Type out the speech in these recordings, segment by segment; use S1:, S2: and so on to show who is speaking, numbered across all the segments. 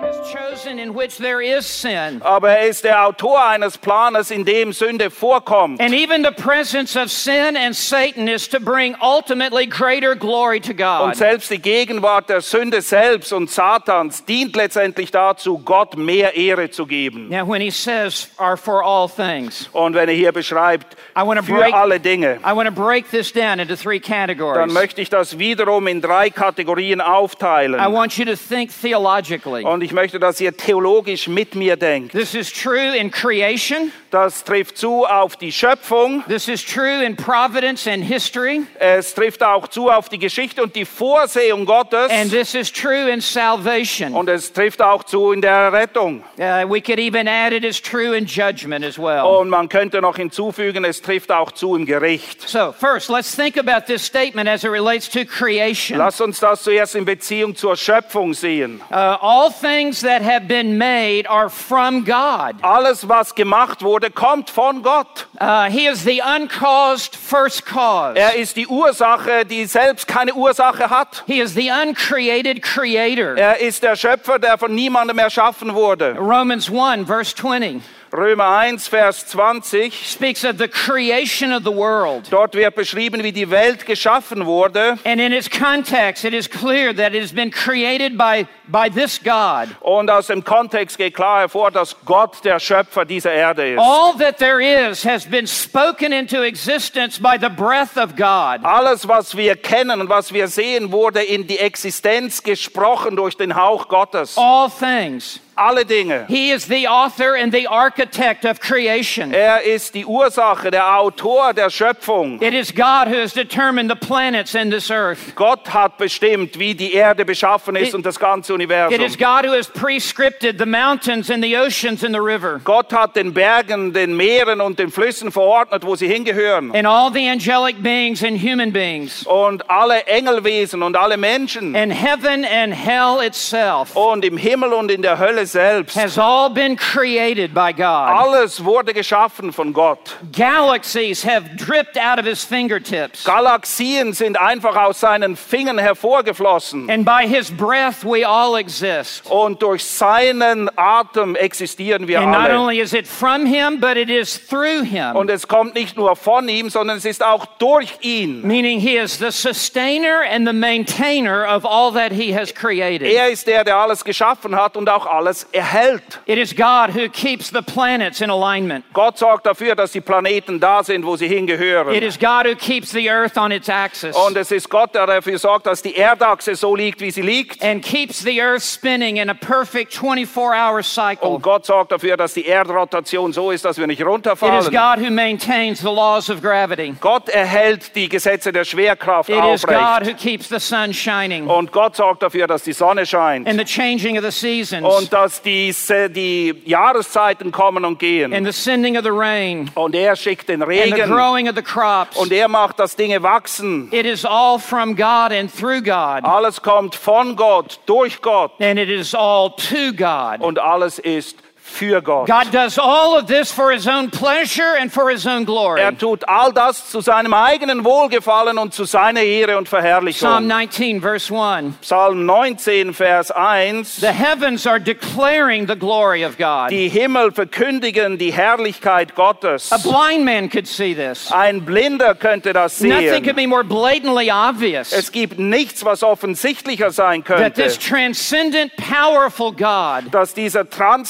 S1: has chosen in which there is sin.
S2: Aber er ist der Autor eines Planes, in dem Sünde vorkommt.
S1: And even the presence of sin and Satan is to bring ultimately greater glory to
S2: Und
S1: God.
S2: selbst die Gegenwart der Sünde selbst und Satans dient letztendlich dazu, Gott mehr Ehre zu geben.
S1: Now, when he says, are for all things,
S2: Und wenn er hier beschreibt,
S1: I wanna break-
S2: für alle Dinge,
S1: I want to break this down into three
S2: dann
S1: categories.
S2: möchte ich das wiederum in drei Kategorien
S1: I
S2: aufteilen.
S1: want you to think theologically.
S2: Und ich möchte, dass ihr theologisch mit mir denkt.
S1: This is true in creation,
S2: Das trifft zu auf die Schöpfung,
S1: this is true in providence and history,
S2: es trifft auch zu auf die Geschichte und die Vorsehung Gottes
S1: and this is true in salvation.
S2: und es trifft auch zu in der Rettung.
S1: Uh, we could even add it is true in judgment as well.
S2: Und man könnte noch hinzufügen, es trifft auch zu im Gericht.
S1: So, first, let's think about this statement as it relates to creation.
S2: Lass uns das zuerst in Beziehung zur Schöpfung sehen.
S1: Uh, all things that have been made are from God.
S2: Alles, was gemacht wurde, kommt von Gott.
S1: Uh, he is the uncaused first cause.
S2: Er ist die Ursache, die selbst keine Ursache hat.
S1: He is the uncreated creator.
S2: Er ist der Schöpfer, der von niemandem erschaffen wurde.
S1: Romans 1, verse 20,
S2: Römer 1, Vers 20.
S1: speaks of the creation of the world.
S2: Dort wird beschrieben, wie die Welt geschaffen wurde.
S1: And in its context, it is clear that it has been created by, by this God.
S2: Und aus dem Kontext geht klar hervor, dass Gott der Schöpfer dieser Erde ist.
S1: All that there is has been spoken into existence by the breath of God.
S2: Alles, was wir kennen und was wir sehen, wurde in die Existenz gesprochen durch den Hauch Gottes.
S1: All things.
S2: Alle Dinge.
S1: He is the author and the architect of creation.
S2: Er ist die Ursache, der Autor der Schöpfung.
S1: It is God who has determined the planets and this earth.
S2: Gott hat bestimmt, wie die Erde beschaffen ist und das ganze
S1: It is
S2: Universum.
S1: God who has prescripted the mountains and the oceans and the river
S2: Gott hat den Bergen, den Meeren und den Flüssen verordnet, wo sie hingehören.
S1: and all the angelic beings and human beings
S2: Und alle Engelwesen und alle Menschen.
S1: and heaven and hell itself
S2: Und im Himmel und in der Hölle selbst.
S1: has all been created by God.
S2: Alles wurde geschaffen von Gott.
S1: Galaxies have dripped out of his fingertips.
S2: Galaxien sind einfach aus seinen Fingern hervorgeflossen.
S1: And by his breath, we all exist.
S2: Und durch seinen Atem existieren wir
S1: And not
S2: alle.
S1: only is it from him, but it is through him.
S2: Und es kommt nicht nur von ihm, sondern es ist auch durch ihn.
S1: Meaning he is the sustainer and the maintainer of all that he has created.
S2: Er ist der, der alles geschaffen hat und auch alles erhält.
S1: It is God who keeps the planets in alignment.
S2: Gott sorgt dafür, dass die Planeten da sind, wo sie
S1: It
S2: hingehören.
S1: is God who keeps the earth on its axis
S2: Und es ist Gott, der dafür sorgt, dass die Erdachse so liegt, wie sie liegt.
S1: and keeps the earth spinning in a perfect 24 hour cycle.
S2: Und Gott sorgt dafür, dass die Erdrotation so ist, dass wir nicht
S1: It is
S2: runterfallen.
S1: God who maintains the laws of gravity.
S2: Gott erhält die Gesetze der Schwerkraft
S1: It is God
S2: aufrecht.
S1: who keeps the sun shining
S2: Und Gott sorgt dafür, dass die Sonne scheint.
S1: and the changing of the seasons
S2: Und dass diese, die Jahreszeiten kommen und
S1: and
S2: gehen.
S1: the sending of the rain
S2: Und er schickt den
S1: and the
S2: Regen.
S1: growing of the crops.
S2: Und er macht, dass Dinge wachsen.
S1: It is all from God and through God.
S2: Alles kommt von Gott, durch Gott
S1: and it is all to God.
S2: und alles ist für Gott.
S1: God does all of this for his own pleasure and for his own
S2: Er
S1: glory.
S2: tut all das zu seinem eigenen Wohlgefallen und zu seiner Ehre und
S1: Psalm
S2: Verherrlichung.
S1: 19, verse 1.
S2: Psalm 19, Vers 1.
S1: The heavens are declaring the glory of God.
S2: Die Himmel verkündigen die Herrlichkeit Gottes.
S1: A blind man could see this.
S2: Ein Blinder könnte das
S1: Nothing could
S2: sehen.
S1: be more blatantly obvious
S2: Es gibt nichts, was offensichtlicher sein
S1: that
S2: könnte,
S1: this transcendent, powerful God
S2: dass dieser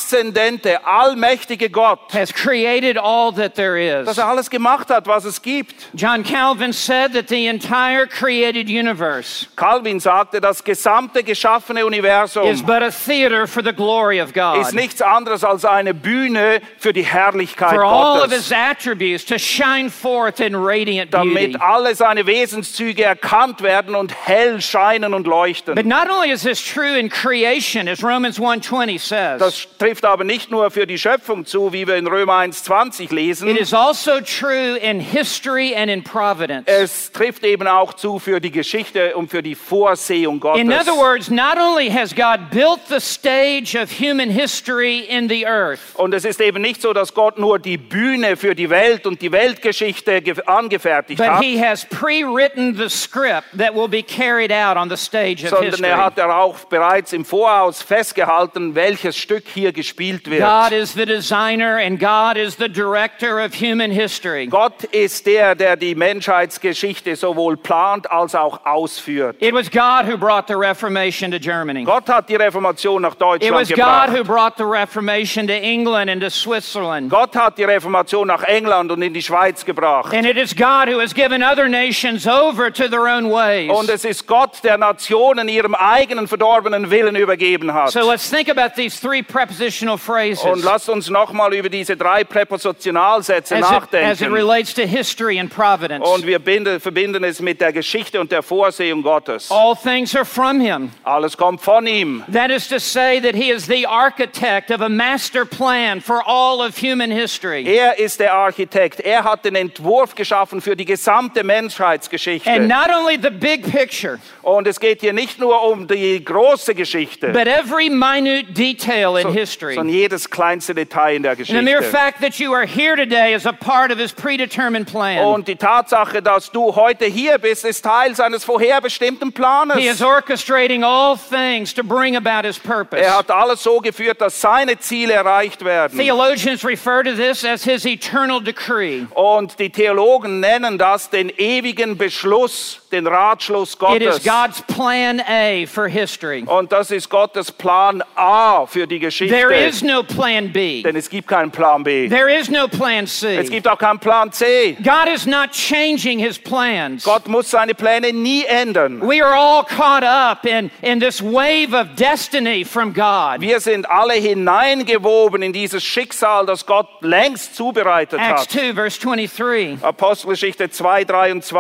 S2: transzendente, allmächtige Gott,
S1: has created all that there
S2: dass
S1: is.
S2: er alles gemacht hat, was es gibt.
S1: John Calvin said that the entire created universe
S2: Calvin sagte, das gesamte geschaffene Universum
S1: is but a theater for the glory of
S2: ist
S1: God.
S2: nichts anderes als eine Bühne für die Herrlichkeit
S1: for all of
S2: Gottes,
S1: his attributes to shine forth in radiant beauty.
S2: damit alle seine Wesenszüge erkannt werden und hell scheinen und
S1: But
S2: leuchten.
S1: not only is this true in creation, as Romans 1.20 says,
S2: Das trifft aber nicht nicht nur für die Schöpfung zu, wie wir in Römer 1,20
S1: It
S2: lesen.
S1: is also true in history and in providence.
S2: Es trifft eben auch zu für die Geschichte und für die Vorsehung Gottes.
S1: In other words, not only has God built the stage of human history in the earth,
S2: Und es ist eben nicht so, dass Gott nur die Bühne für die Welt und die Weltgeschichte ge- angefertigt
S1: but
S2: hat,
S1: He has pre written the script that will be carried out on the stage of
S2: sondern
S1: history.
S2: er hat ja auch bereits im Voraus festgehalten, welches Stück hier gespielt wird.
S1: God is the designer and God is the director of human history.
S2: Gott ist der, der die Menschheitsgeschichte sowohl plant als auch ausführt.
S1: It was God who brought the Reformation to Germany.
S2: Gott hat die Reformation nach
S1: It
S2: Deutschland
S1: was God
S2: gebracht.
S1: who brought the Reformation to England and to Switzerland.
S2: Gott hat die Reformation nach England und in die Schweiz gebracht.
S1: And it is God who has given other nations over to their own ways.
S2: Und es ist Gott, der Nationen ihrem eigenen verdorbenen Willen übergeben hat.
S1: So let's think about these three prepositional phrases
S2: Und lasst uns nochmal über diese drei Präpositionalsätze
S1: as it, as it
S2: nachdenken.
S1: relates to history and providence.
S2: Und wir binden, verbinden es mit der Geschichte und der Vorsehung Gottes.
S1: All things are from Him.
S2: Alles kommt von ihm.
S1: That is to say, that He is the architect of a master plan for all of human history.
S2: Er ist der Architekt. Er hat den Entwurf geschaffen für die gesamte
S1: And
S2: Menschheitsgeschichte.
S1: not only the big picture,
S2: Und es geht hier nicht nur um die große Geschichte,
S1: but every minute detail in history.
S2: sondern jedes kleinste Detail in der
S1: And the mere
S2: Geschichte.
S1: fact that you are here today is a part of His predetermined plan.
S2: Und die Tatsache, dass du heute hier bist, ist Teil seines vorherbestimmten
S1: He is
S2: Planes.
S1: orchestrating all things to bring about His purpose.
S2: Er hat alles so geführt, dass seine Ziele erreicht werden.
S1: Theologians refer to this as his eternal decree.
S2: Und die Theologen nennen das den ewigen Beschluss, den Ratschluss
S1: It is
S2: Gottes.
S1: God's plan A for history.
S2: Und das ist Gottes Plan A für die Geschichte.
S1: There is no plan B.
S2: Denn es gibt keinen Plan B.
S1: There is no plan
S2: Es
S1: C.
S2: gibt auch keinen Plan C.
S1: God is not changing his plans.
S2: Gott muss seine Pläne nie ändern.
S1: We are all caught up in, in this wave of destiny from God.
S2: Wir sind alle hineingewoben in dieses Schicksal, das Gott längst zubereitet
S1: Acts
S2: hat.
S1: 2, verse 23,
S2: Apostelgeschichte 2,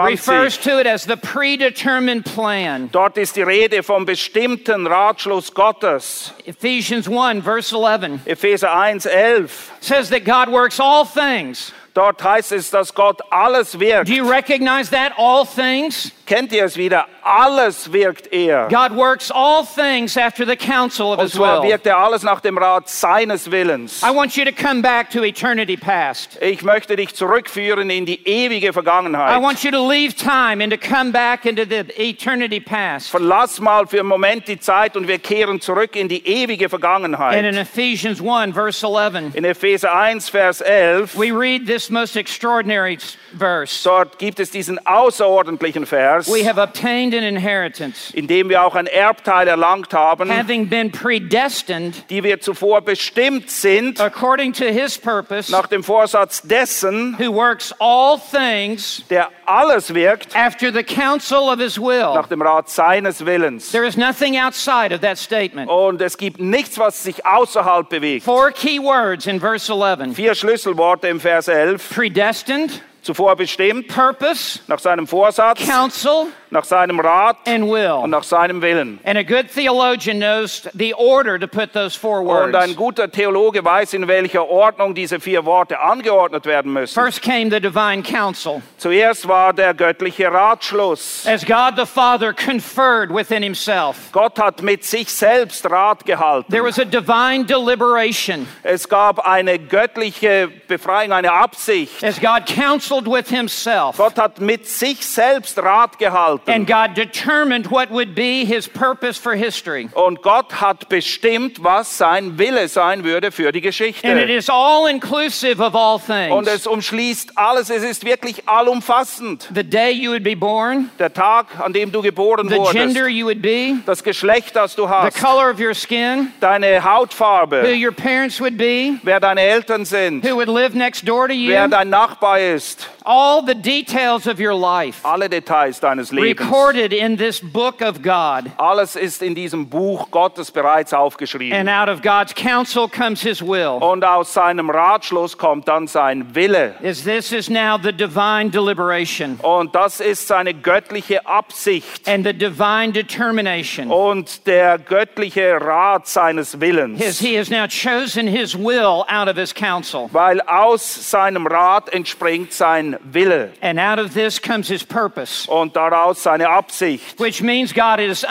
S1: refers
S2: 23.
S1: to it as the predetermined plan.
S2: Dort ist die Rede vom bestimmten Ratschluss Gottes.
S1: Ephesians 1, verse 11,
S2: Epheser 1, 11.
S1: says that God works all things.
S2: Dort heißt es, dass Gott alles wirkt.
S1: Do you recognize that? All things?
S2: Kennt ihr es wieder? Alles wirkt er.
S1: God works all things after the counsel of
S2: Und
S1: his
S2: zwar
S1: will.
S2: wirkt er alles nach dem Rat seines Willens.
S1: I want you to come back to eternity past.
S2: Ich möchte dich zurückführen in die ewige
S1: I
S2: Vergangenheit.
S1: want you to leave time and to come back into the eternity past.
S2: Verlass mal für einen Moment die Zeit und wir kehren zurück in die ewige
S1: And in
S2: Vergangenheit.
S1: Ephesians 1, verse 11,
S2: In Epheser 1, Vers 11,
S1: we read this most extraordinary s- verse.
S2: dort gibt es diesen außerordentlichen Vers,
S1: We have obtained an inheritance,
S2: in dem wir auch ein Erbteil erlangt haben,
S1: having been predestined
S2: die wir zuvor bestimmt sind,
S1: according to his purpose,
S2: nach dem Vorsatz dessen,
S1: who works all things
S2: der alles wirkt,
S1: after the counsel of his will.
S2: nach dem Rat seines Willens.
S1: There is nothing outside of that statement.
S2: Und es gibt nichts, was sich außerhalb bewegt.
S1: Four key words in verse 11
S2: Vier Schlüsselworte im Vers 11.
S1: predestined,
S2: Zuvor bestimmt,
S1: purpose,
S2: nach seinem Vorsatz,
S1: counsel,
S2: nach seinem Rat
S1: and
S2: und
S1: will.
S2: nach seinem Willen.
S1: And a good theologian knows the order to put those four
S2: Und ein
S1: words.
S2: guter Theologe weiß, in welcher Ordnung diese vier Worte angeordnet werden müssen.
S1: First came the divine counsel,
S2: Zuerst war der göttliche Ratschluss.
S1: as God the Father conferred within himself.
S2: Gott hat mit sich selbst Rat
S1: There
S2: gehalten.
S1: was a divine deliberation
S2: Es gab eine göttliche Befreiung, eine Absicht.
S1: as God counseled with himself.
S2: Gott hat mit sich selbst Rat
S1: And
S2: gehalten.
S1: God determined what would be his purpose for history.
S2: Und Gott hat bestimmt, was sein Wille sein würde für
S1: And
S2: die
S1: it
S2: Geschichte.
S1: is all inclusive of all
S2: Und
S1: things.
S2: es umschließt alles. Es ist wirklich allumfassend.
S1: The day you would be born,
S2: Der Tag, an dem du geboren
S1: the
S2: wurdest.
S1: gender you would be,
S2: das Geschlecht, das du
S1: the
S2: hast,
S1: color of your skin,
S2: deine
S1: who
S2: Hautfarbe,
S1: your parents would be,
S2: wer deine Eltern sind,
S1: who would live next door to
S2: wer
S1: you,
S2: dein Nachbar ist, hast
S1: all the details of your life
S2: alle Details deines Lebens.
S1: recorded in this book of God.
S2: Alles ist in diesem Buch Gottes bereits
S1: And
S2: aufgeschrieben.
S1: out of God's counsel comes his will.
S2: Und aus seinem Ratschluss kommt dann sein Wille.
S1: Is this is now the divine deliberation
S2: Und das ist seine göttliche Absicht
S1: and the divine
S2: Oh.
S1: determination.
S2: und der göttliche Rat seines
S1: His,
S2: Willens.
S1: he has now chosen his will out of his counsel.
S2: Weil aus seinem Rat entspringt sein Wille
S1: And out of this comes his purpose,
S2: und daraus seine Absicht.
S1: which means God is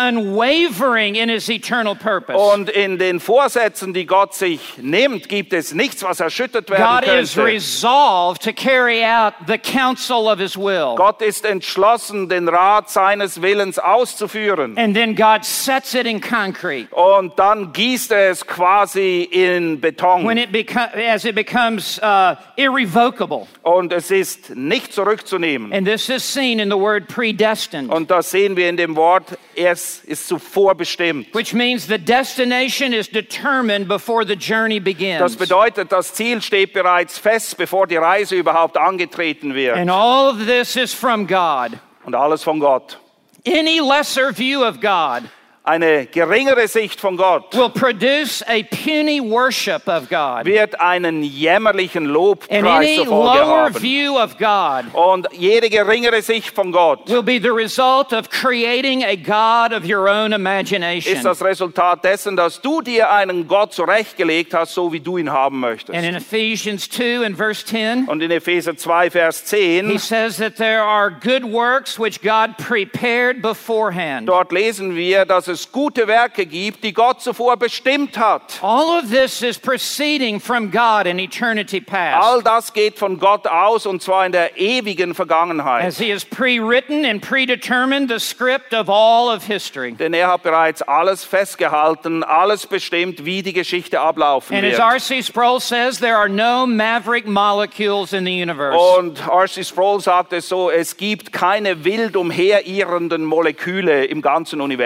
S1: unwavering in his eternal purpose.
S2: Und in den Vorsätzen, die Gott sich nimmt, gibt es nichts, was erschüttert werden
S1: God is
S2: könnte.
S1: resolved to carry out the counsel of his will.
S2: Gott ist entschlossen, den Rat seines Willens auszuführen.
S1: And then God sets it in concrete
S2: Und dann gießt er es quasi in
S1: when
S2: Beton.
S1: it beco- as it becomes uh, irrevocable.
S2: Und es ist nicht zurückzunehmen.
S1: And this is seen in the word predestined,
S2: Und das sehen wir in dem Wort, es ist zuvor bestimmt.
S1: which means the destination is determined before the journey
S2: Das
S1: begins.
S2: bedeutet, das Ziel steht bereits fest, bevor die Reise überhaupt angetreten wird.
S1: And all of this is from God.
S2: Und alles von Gott.
S1: Any lesser view of God
S2: Eine geringere Sicht von Gott
S1: will produce a puny worship of God.
S2: wird einen jämmerlichen
S1: And
S2: Lobpreis
S1: any
S2: zur Folge
S1: lower
S2: haben.
S1: view of God
S2: Und jede geringere Sicht von Gott
S1: will be the result of creating a God of your own imagination.
S2: ist das Resultat dessen, dass du dir einen Gott zurechtgelegt hast, so wie du ihn haben
S1: And
S2: möchtest.
S1: in Ephesians 2 and verse 10,
S2: Und in Epheser 2, Vers
S1: he
S2: 10,
S1: says that there are good works which God prepared beforehand.
S2: dort lesen wir, dass es gute Werke gibt, die Gott zuvor bestimmt hat.
S1: All of this is proceeding from God in eternity past.
S2: All das geht von Gott aus und zwar in der ewigen Vergangenheit.
S1: As he has pre written and predetermined the script of all of history.
S2: Denn er hat bereits alles festgehalten, alles bestimmt, wie die Geschichte ablaufen
S1: And as
S2: wird.
S1: R.C. Sproul says, there are no maverick molecules in the universe.
S2: Und R.C. Sproul sagt es so, es gibt keine wild umherirrenden Moleküle im ganzen
S1: And then the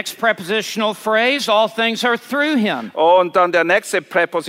S1: next prepositional phrase, all things are through him.
S2: Und dann der nächste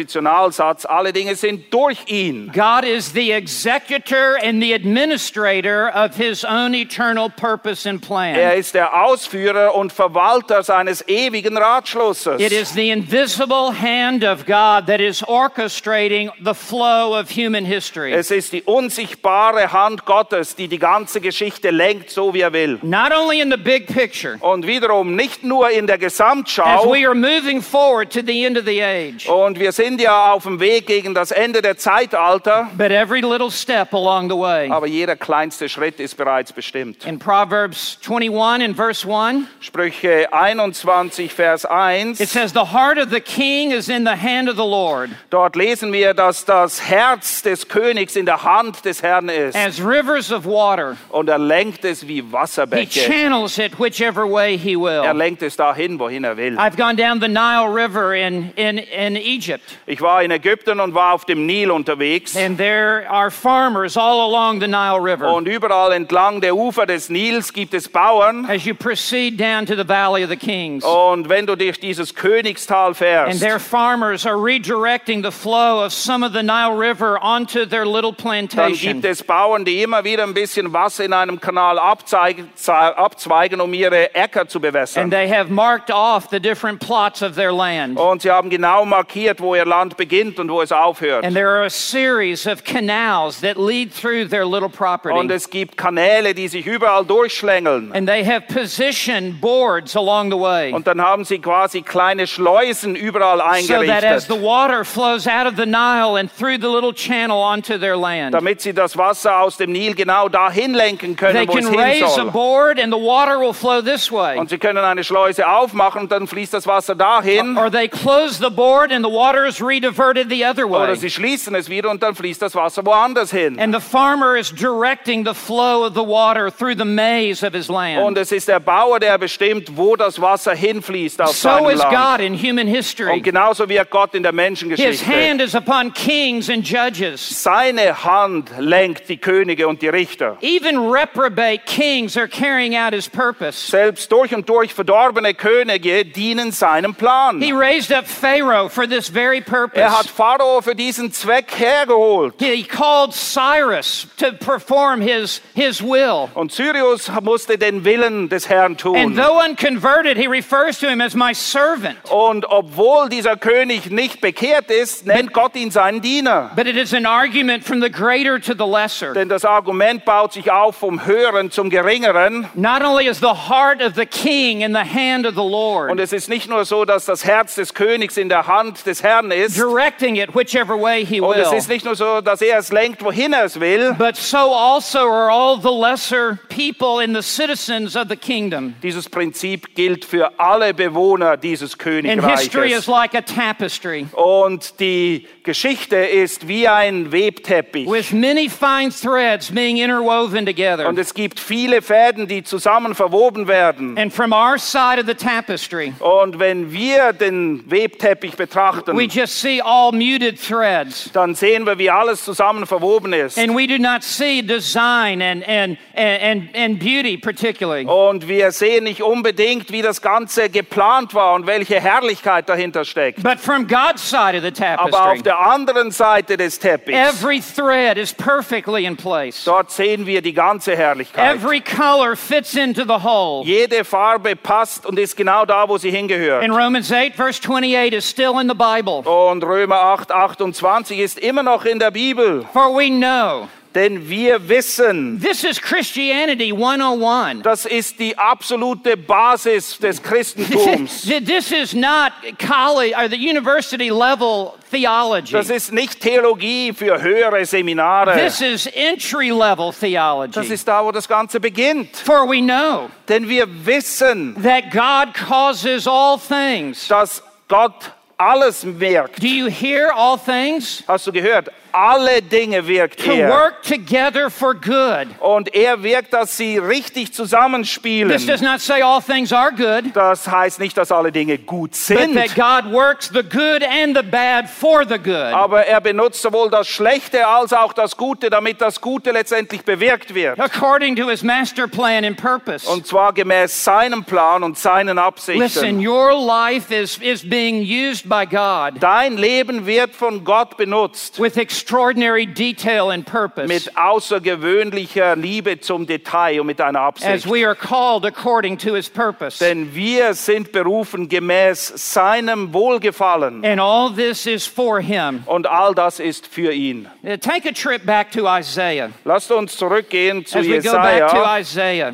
S2: Präpositionalsatz, alle Dinge sind durch ihn.
S1: God is the executor and the administrator of his own eternal purpose and
S2: Er
S1: plan.
S2: ist der Ausführer und Verwalter seines ewigen Ratschlusses.
S1: It is the invisible hand of God that is orchestrating the flow of human history.
S2: Es ist die unsichtbare Hand Gottes, die die ganze Geschichte lenkt, so wie er will.
S1: Not only in the big picture,
S2: Und wiederum nicht nur in der
S1: as
S2: Gesamtschau.
S1: we are moving forward to the end of the age,
S2: Und wir sind ja auf dem Weg gegen das Ende der Zeitalter.
S1: but every little step along the way.
S2: Aber jeder kleinste Schritt ist bereits bestimmt.
S1: In Proverbs 21 and verse 1,
S2: Sprüche 21, Vers
S1: it
S2: 1.
S1: says, The heart of the king is in the hand of the Lord,
S2: Dort lesen wir, dass das Herz des Königs in der Hand des Herrn ist.
S1: as rivers of water.
S2: Und er lenkt es wie
S1: He
S2: Wasserbäche.
S1: channels it whichever way he
S2: Er
S1: will.
S2: lenkt es dahin, wohin er will.
S1: I've gone down the Nile River in, in, in Egypt,
S2: Ich war in Ägypten und war auf dem Nil unterwegs.
S1: and there are farmers all along the Nile River
S2: Und überall entlang der Ufer des Nils gibt es Bauern.
S1: as you proceed down to the Valley of the Kings.
S2: Und wenn du durch dieses Königstal
S1: And
S2: fährst,
S1: their farmers are redirecting the flow of some of the Nile River onto their little
S2: dann gibt
S1: plantation.
S2: es Bauern, die immer wieder ein bisschen Wasser in einem Kanal abzeigen, zei- abzweigen, um ihre Äcker zu
S1: And
S2: bewässern.
S1: they have marked off the different plots of their land.
S2: Und sie haben genau markiert, wo ihr Land beginnt und wo es aufhört.
S1: And there are a series of canals that lead through their little
S2: Und
S1: property.
S2: es gibt Kanäle, die sich überall durchschlängeln.
S1: And they have positioned boards along the way
S2: Und dann haben sie quasi kleine Schleusen überall
S1: so that as the
S2: eingerichtet,
S1: water flows out of the Nile and through the little channel onto their land,
S2: damit sie das Wasser aus dem Nil genau dahin lenken
S1: they
S2: können, wo es
S1: can
S2: hin
S1: raise a
S2: soll.
S1: board and the water will flow this way.
S2: Und sie können eine Schleuse aufmachen und dann fließt das Wasser dahin.
S1: Or they close the board and the water is rediverted the other
S2: Oder
S1: way.
S2: sie schließen es wieder und dann fließt das Wasser woanders hin.
S1: And the farmer is directing the flow of the water through the maze of his
S2: Und
S1: land.
S2: es ist der Bauer, der bestimmt, wo das Wasser hinfließt auf
S1: So
S2: seinem
S1: is
S2: Land.
S1: God in human history.
S2: Und genauso wirkt Gott in der
S1: His
S2: Menschengeschichte.
S1: hand is upon kings and judges.
S2: Seine Hand lenkt die Könige und die Richter.
S1: Even reprobate kings are carrying out his purpose.
S2: Selbst durch und durch verstorbene Könige dienen seinem Plan.
S1: He raised up Pharaoh for this very
S2: Er hat
S1: purpose.
S2: Pharao für diesen Zweck hergeholt.
S1: He called Cyrus to perform his, his will.
S2: Und Cyrus musste den Willen des Herrn
S1: And
S2: tun.
S1: though unconverted, he refers to him as my servant.
S2: Und obwohl dieser König nicht bekehrt ist, nennt Gott ihn seinen Diener.
S1: But it is an argument from the greater to the lesser.
S2: Denn das Argument baut sich auf vom Höheren zum Geringeren.
S1: Not only is the heart of the king in the hand of the
S2: Und
S1: Lord,
S2: es ist nicht nur so, dass das Herz des Königs in der Hand des Herrn ist.
S1: directing it whichever way he
S2: Und es
S1: will,
S2: ist nicht nur so, dass er es lenkt, wohin er es will.
S1: but so also are all the lesser people and the citizens of the kingdom.
S2: Dieses Prinzip gilt für alle Bewohner dieses
S1: And history is
S2: Königreiches.
S1: like a tapestry
S2: Und die Geschichte ist wie ein Webteppich.
S1: with many fine threads being interwoven
S2: Und
S1: together.
S2: es gibt viele Fäden, die zusammen verwoben werden.
S1: And from our side of the tapestry,
S2: Und wenn wir den Webteppich betrachten,
S1: we just see all muted threads.
S2: dann sehen wir, wie alles zusammen verwoben ist.
S1: And we do not see design and, and, and, and, and beauty, particularly.
S2: Und wir sehen nicht unbedingt, wie das Ganze geplant war und welche Herrlichkeit dahinter steckt.
S1: But from God's side of the
S2: Aber auf
S1: tapestry,
S2: der anderen Seite des Teppichs,
S1: every thread is perfectly in place.
S2: dort sehen wir die ganze Herrlichkeit.
S1: Every color fits into the whole.
S2: Jede Farbe passt und ist genau da, wo sie hingehört.
S1: And Romans 8, verse 28 is still in the Bible.
S2: Und Römer 8, 28 ist immer noch in der Bibel.
S1: For we know
S2: Denn wir wissen,
S1: this is Christianity 101.
S2: das ist die absolute Basis des Christentums.
S1: This is not college or the university level theology.
S2: Das ist nicht Theologie für höhere Seminare.
S1: This is entry level
S2: Das
S1: theology.
S2: ist da, wo das Ganze beginnt.
S1: For we know
S2: Denn wir wissen,
S1: that God causes all things.
S2: dass Gott alles wirkt.
S1: Do you hear all things?
S2: Hast du gehört? Alle Dinge wirkt
S1: To
S2: er.
S1: work together for good.
S2: Und er wirkt, dass sie richtig
S1: This does
S2: zusammenspielen.
S1: not say all things are good,
S2: Das heißt nicht, dass alle Dinge gut
S1: but
S2: sind.
S1: that God works the good and the bad for the good.
S2: Aber er benutzt sowohl das Schlechte als auch das Gute, damit das Gute letztendlich bewirkt wird.
S1: According to his master plan and purpose.
S2: Und zwar gemäß seinem Plan und seinen
S1: Listen,
S2: Absichten.
S1: your life is, is being used by God
S2: Dein Leben wird von Gott benutzt
S1: with extraordinary detail and purpose
S2: mit außergewöhnlicher Liebe zum Detail und mit einer
S1: as
S2: Absicht.
S1: we are called according to his purpose.
S2: Denn wir sind berufen gemäß seinem Wohlgefallen.
S1: And all this is for him.
S2: Und all das ist für ihn.
S1: Uh, Take a trip back to Isaiah.
S2: Lasst uns zurückgehen zu
S1: As we go back to
S2: Jesaja.
S1: Isaiah,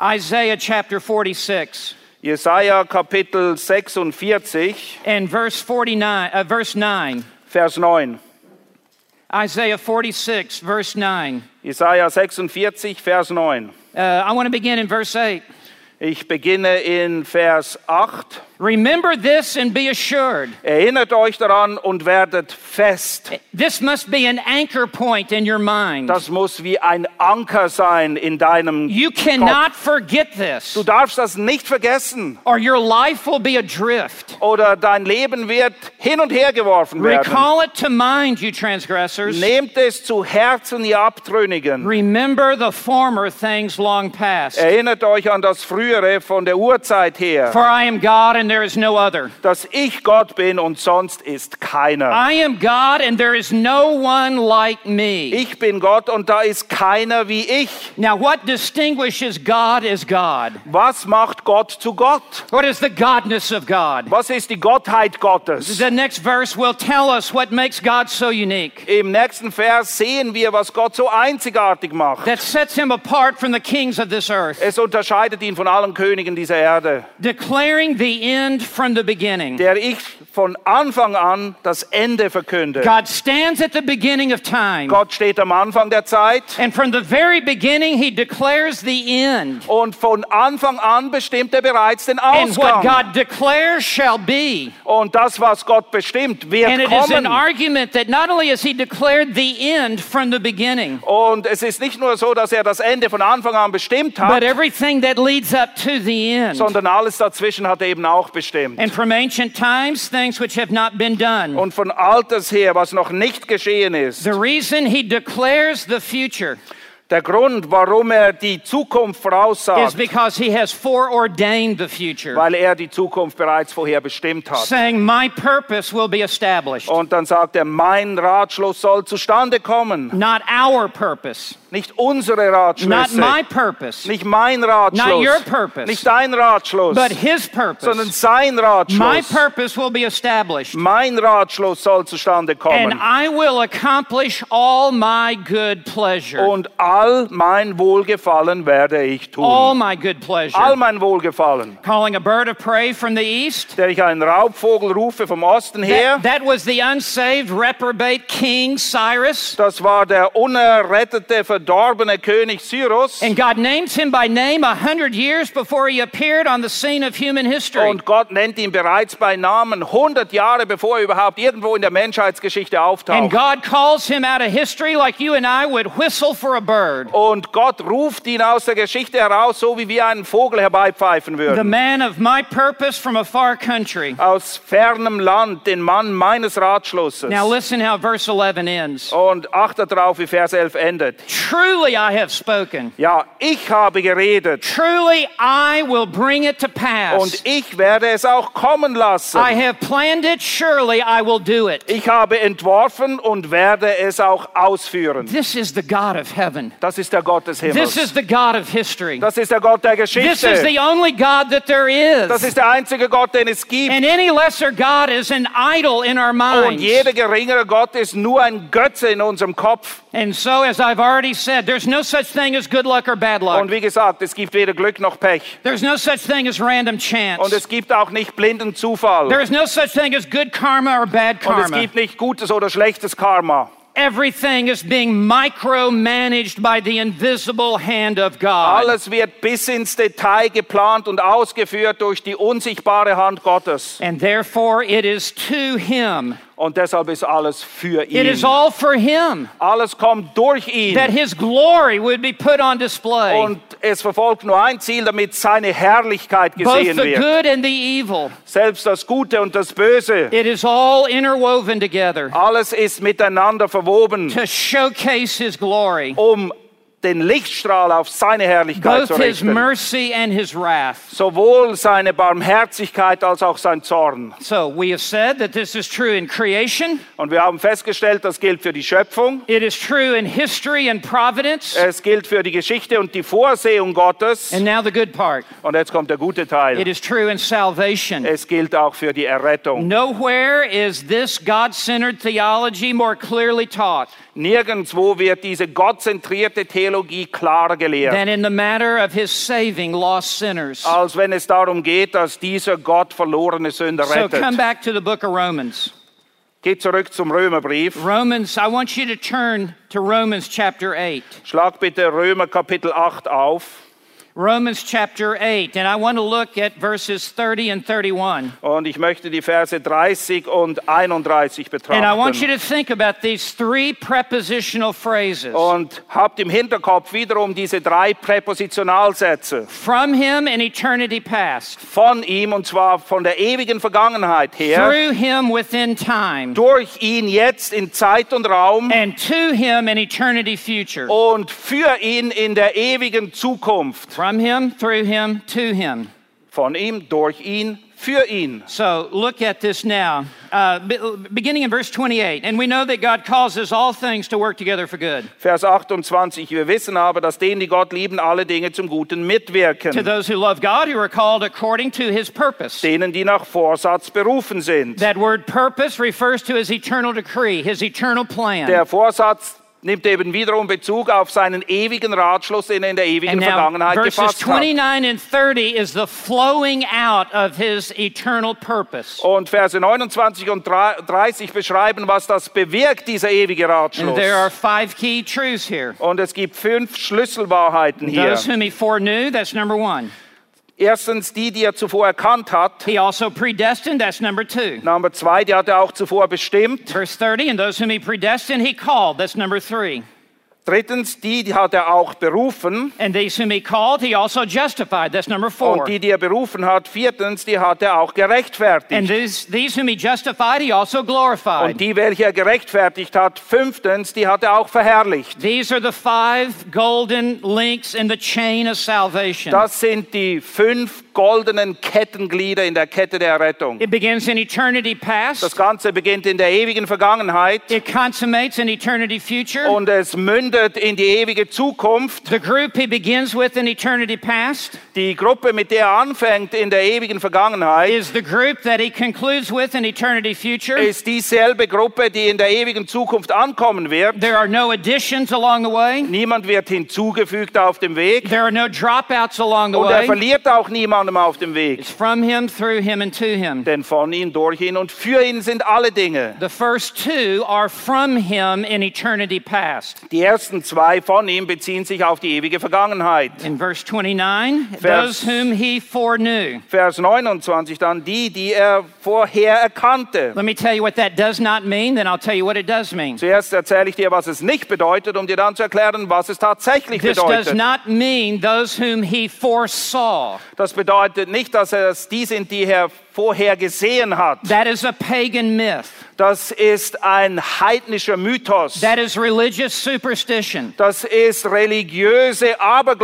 S1: Isaiah chapter 46
S2: Jesaja Kapitel 46,
S1: and verse 49, uh, verse 9.
S2: Vers 9.
S1: Isaiah 46, verse 9.
S2: Jesaja 46, Vers 9.
S1: Uh, I want to begin in verse 8.
S2: Ich beginne in Vers 8.
S1: Remember this and be assured.
S2: Erinnert euch daran und werdet fest.
S1: This must be an anchor point in your mind.
S2: Das muss wie ein Anker sein in deinem
S1: You
S2: Kopf.
S1: cannot forget this,
S2: Du darfst das nicht vergessen
S1: or your life will be adrift.
S2: oder dein Leben wird hin und her geworfen werden.
S1: Recall it to mind, you transgressors.
S2: Nehmt es zu Herzen, ihr Abtrünnigen.
S1: Remember the former things long past.
S2: Erinnert euch an das Frühere von der Urzeit her,
S1: For I am God and there is no other.
S2: dass ich Gott bin und sonst ist keiner.
S1: I am God and there is no one like me.
S2: Ich bin Gott und da ist keiner wie ich.
S1: Now, what distinguishes God as God?
S2: Was macht Gott zu Gott?
S1: What is the godness of God?
S2: Was ist die Gottheit Gottes?
S1: The next verse will tell us what makes God so unique,
S2: Im nächsten Vers sehen wir, was Gott so einzigartig macht.
S1: that sets him apart from the kings of this earth,
S2: Es unterscheidet ihn von allen Königen dieser Erde,
S1: declaring the end from the beginning.
S2: der ich von Anfang an das Ende verkünde.
S1: God stands at the beginning of time,
S2: Gott steht am Anfang der Zeit
S1: and from the very beginning, he declares the end.
S2: und von Anfang an bestimmt er bereits den
S1: And what
S2: Ausgang.
S1: God declares shall be.
S2: Und das, was Gott bestimmt,
S1: And
S2: wird
S1: it is an
S2: kommen.
S1: argument that not only has he declared the end from the beginning,
S2: Und es ist nicht nur so, dass er das Ende von Anfang an bestimmt
S1: but
S2: hat,
S1: everything that leads up to the end.
S2: sondern alles dazwischen hat er eben auch bestimmt.
S1: And from ancient times, things which have not been done.
S2: Und von alters her, was noch nicht geschehen ist.
S1: The reason he declares the future
S2: Der Grund, warum er die Zukunft
S1: is
S2: voraussagt,
S1: because he has foreordained the future,
S2: weil er die Zukunft bereits vorher bestimmt hat.
S1: saying, My purpose will be established,
S2: Und dann sagt er, mein Ratschluss soll zustande kommen.
S1: not our purpose,
S2: Nicht unsere
S1: not my
S2: Ratschlüsse,
S1: purpose,
S2: nicht mein Ratschluss,
S1: your purpose.
S2: nicht dein Ratschluss,
S1: but his
S2: sondern
S1: purpose.
S2: sein
S1: My
S2: Ratschluss.
S1: purpose will be established,
S2: Mein Ratschluss soll zustande
S1: and
S2: kommen.
S1: I will accomplish all my good pleasure.
S2: Und all mein Wohlgefallen werde ich
S1: All
S2: tun.
S1: my good
S2: All
S1: pleasure.
S2: mein Wohlgefallen.
S1: Calling a bird of prey from the east.
S2: Der ich einen Raubvogel rufe vom Osten her.
S1: That, that was the unsaved reprobate king Cyrus.
S2: Das war der unerrettete, verdorbene König Cyrus.
S1: And God names him by name a hundred years before he appeared on the scene of human history.
S2: Und Gott nennt ihn bereits bei Namen 100 Jahre bevor er überhaupt irgendwo in der Menschheitsgeschichte
S1: and
S2: auftaucht.
S1: God calls him out of history like you and I would whistle for a bird.
S2: Und Gott ruft ihn aus der Geschichte heraus, so wie wir einen Vogel herbeipfeifen
S1: The
S2: würden.
S1: man of my purpose from a far country.
S2: Aus fernem Land, den Mann meines Ratschlusses.
S1: Now listen how verse 11 ends.
S2: Und achtet darauf, wie Vers 11 endet.
S1: Truly I have spoken.
S2: Ja, ich habe geredet
S1: Truly I will bring it to pass.
S2: und ich werde es auch kommen lassen.
S1: I have planned it, surely I will do it.
S2: Ich habe entworfen und werde es auch ausführen.
S1: This is the God of heaven.
S2: Das ist der Gott des
S1: This is
S2: Himmels.
S1: the God of history.
S2: Das ist der Gott der
S1: This is
S2: Geschichte.
S1: the only God that there
S2: Das
S1: is.
S2: ist der einzige Gott, den es gibt.
S1: And any lesser God is an idol in our
S2: Und
S1: minds.
S2: jeder geringere Gott ist nur ein Götze in unserem Kopf.
S1: And so, as I've already said, there's no such thing as good luck or bad
S2: Und
S1: luck.
S2: wie gesagt, es gibt weder Glück noch Pech.
S1: There's no such thing as random
S2: Und
S1: chance.
S2: es gibt auch nicht blinden Zufall.
S1: There's no such thing as good karma or bad
S2: Und es
S1: karma.
S2: gibt nicht gutes oder schlechtes Karma.
S1: Everything is being micromanaged by the invisible hand of God.
S2: Alles wird bis ins Detail geplant und ausgeführt durch die unsichtbare Hand Gottes.
S1: And therefore, it is to Him.
S2: Und deshalb ist alles für
S1: It is
S2: ihn.
S1: all for Him
S2: Alles kommt durch ihn.
S1: that His glory would be put on display.
S2: Und es verfolgt nur ein Ziel, damit seine Herrlichkeit
S1: both
S2: gesehen
S1: the
S2: wird.
S1: good and the evil.
S2: Selbst das Gute und das Böse,
S1: It is all interwoven together
S2: alles ist miteinander verwoben,
S1: to showcase His glory,
S2: um den Lichtstrahl auf seine Herrlichkeit
S1: both
S2: zu
S1: His
S2: richten.
S1: mercy and His wrath.
S2: Sowohl seine Barmherzigkeit als auch sein Zorn.
S1: So we have said that this is true in creation,
S2: Und wir haben festgestellt, das gilt für die Schöpfung,
S1: it is true in history and providence,
S2: es gilt für die Geschichte und die Vorsehung Gottes.
S1: and now the good part
S2: Und jetzt kommt der gute
S1: it
S2: Teil.
S1: is true in salvation.
S2: Es gilt auch für die Errettung.
S1: Nowhere is this God centered theology more clearly taught
S2: Nirgendwo wird diese gottzentrierte Theologie klarer gelehrt.
S1: than in the matter of his saving lost sinners.
S2: als wenn es darum geht, dass dieser Gott verlorene Sünder
S1: So come
S2: rettet.
S1: back to the book of Romans.
S2: Geht zurück zum Römerbrief.
S1: Romans, I want you to turn to Romans chapter 8.
S2: Schlag bitte Römer Kapitel 8 auf.
S1: Romans chapter 8, and I want to look at verses 30 and 31.
S2: Und ich möchte die Verse 30 und 31
S1: And I want you
S2: betrachten.
S1: to think about these three prepositional phrases
S2: Und habt im Hinterkopf wiederum diese drei Präpositionalsätze.
S1: from him in eternity past,
S2: Von ihm, und zwar von der ewigen Vergangenheit her,
S1: through him within time,
S2: durch ihn jetzt in Zeit und Raum
S1: and to him in eternity future.
S2: und für ihn in der ewigen Zukunft.
S1: From him, through him, to him.
S2: Von ihm, durch ihn, für ihn.
S1: So look at this now, uh, be- beginning in verse 28. And we know that God causes all things to work together for good.
S2: Vers 28, wir wissen aber, dass denen, die Gott lieben, alle Dinge zum Guten
S1: to
S2: mitwirken,
S1: those who love God, who are called according to his purpose.
S2: denen, die nach Vorsatz berufen sind.
S1: That word purpose refers to his eternal decree, his eternal plan.
S2: Der Vorsatz nimmt eben wiederum Bezug auf seinen ewigen Ratschluss, den er in der ewigen
S1: And now,
S2: Vergangenheit
S1: verses
S2: gefasst hat.
S1: 29 and 30 is the flowing out of his eternal purpose.
S2: Und Verse 29 und 30 beschreiben, was das bewirkt, dieser ewige
S1: And
S2: Ratschluss.
S1: there are five key truths here.
S2: Und es gibt fünf Schlüsselwahrheiten hier.
S1: Those whom he foreknew, that's number one.
S2: Erstens die, die er zuvor erkannt hat.
S1: He also predestined, that's number two.
S2: Nummer zwei, die hat er auch zuvor bestimmt.
S1: Verse 30, and those whom he predestined, he called, that's number three.
S2: Drittens, die hat er auch berufen.
S1: And these whom he called, he also justified. That's number four.
S2: Und die, die er berufen hat, viertens, die hat er auch
S1: And
S2: gerechtfertigt.
S1: these, these whom he justified, he also
S2: Und
S1: glorified.
S2: die, welche er gerechtfertigt hat, fünftens, die hat er auch verherrlicht.
S1: These are the five golden links in the chain of salvation.
S2: Das sind die fünf goldenen Kettenglieder in der Kette der Rettung.
S1: It begins in eternity
S2: Das
S1: past.
S2: Ganze beginnt in der ewigen Vergangenheit
S1: It consummates in eternity future.
S2: und es mündet in die ewige Zukunft.
S1: The group he begins with in eternity past
S2: Die Gruppe, mit der er anfängt in der ewigen Vergangenheit,
S1: is the group that he concludes with in eternity future.
S2: ist dieselbe Gruppe, die in der ewigen Zukunft ankommen wird.
S1: There are no additions along the way.
S2: Niemand wird hinzugefügt auf dem Weg
S1: There are no dropouts along the
S2: und er
S1: way.
S2: verliert auch niemandem auf dem Weg.
S1: It's from him, through him, and to him.
S2: Denn von ihm, durch ihn und für ihn sind alle Dinge.
S1: The first two are from him in eternity past.
S2: Die ersten zwei von ihm beziehen sich auf die ewige Vergangenheit.
S1: In verse 29,
S2: Vers-
S1: those whom he foreknew.
S2: Vers 29 dann die, die er vorher erkannte.
S1: Let me tell you what that does not mean, then I'll tell you what it does mean.
S2: Zuerst erzähle ich dir, was es nicht bedeutet, um dir dann zu erklären, was es tatsächlich
S1: This does
S2: bedeutet.
S1: not mean those whom he foresaw.
S2: Das bedeutet nicht, dass es die sind, die er vorher gesehen hat.
S1: That is a pagan myth.
S2: Das ist ein heidnischer Mythos.
S1: That is religious superstition
S2: Das ist religiöse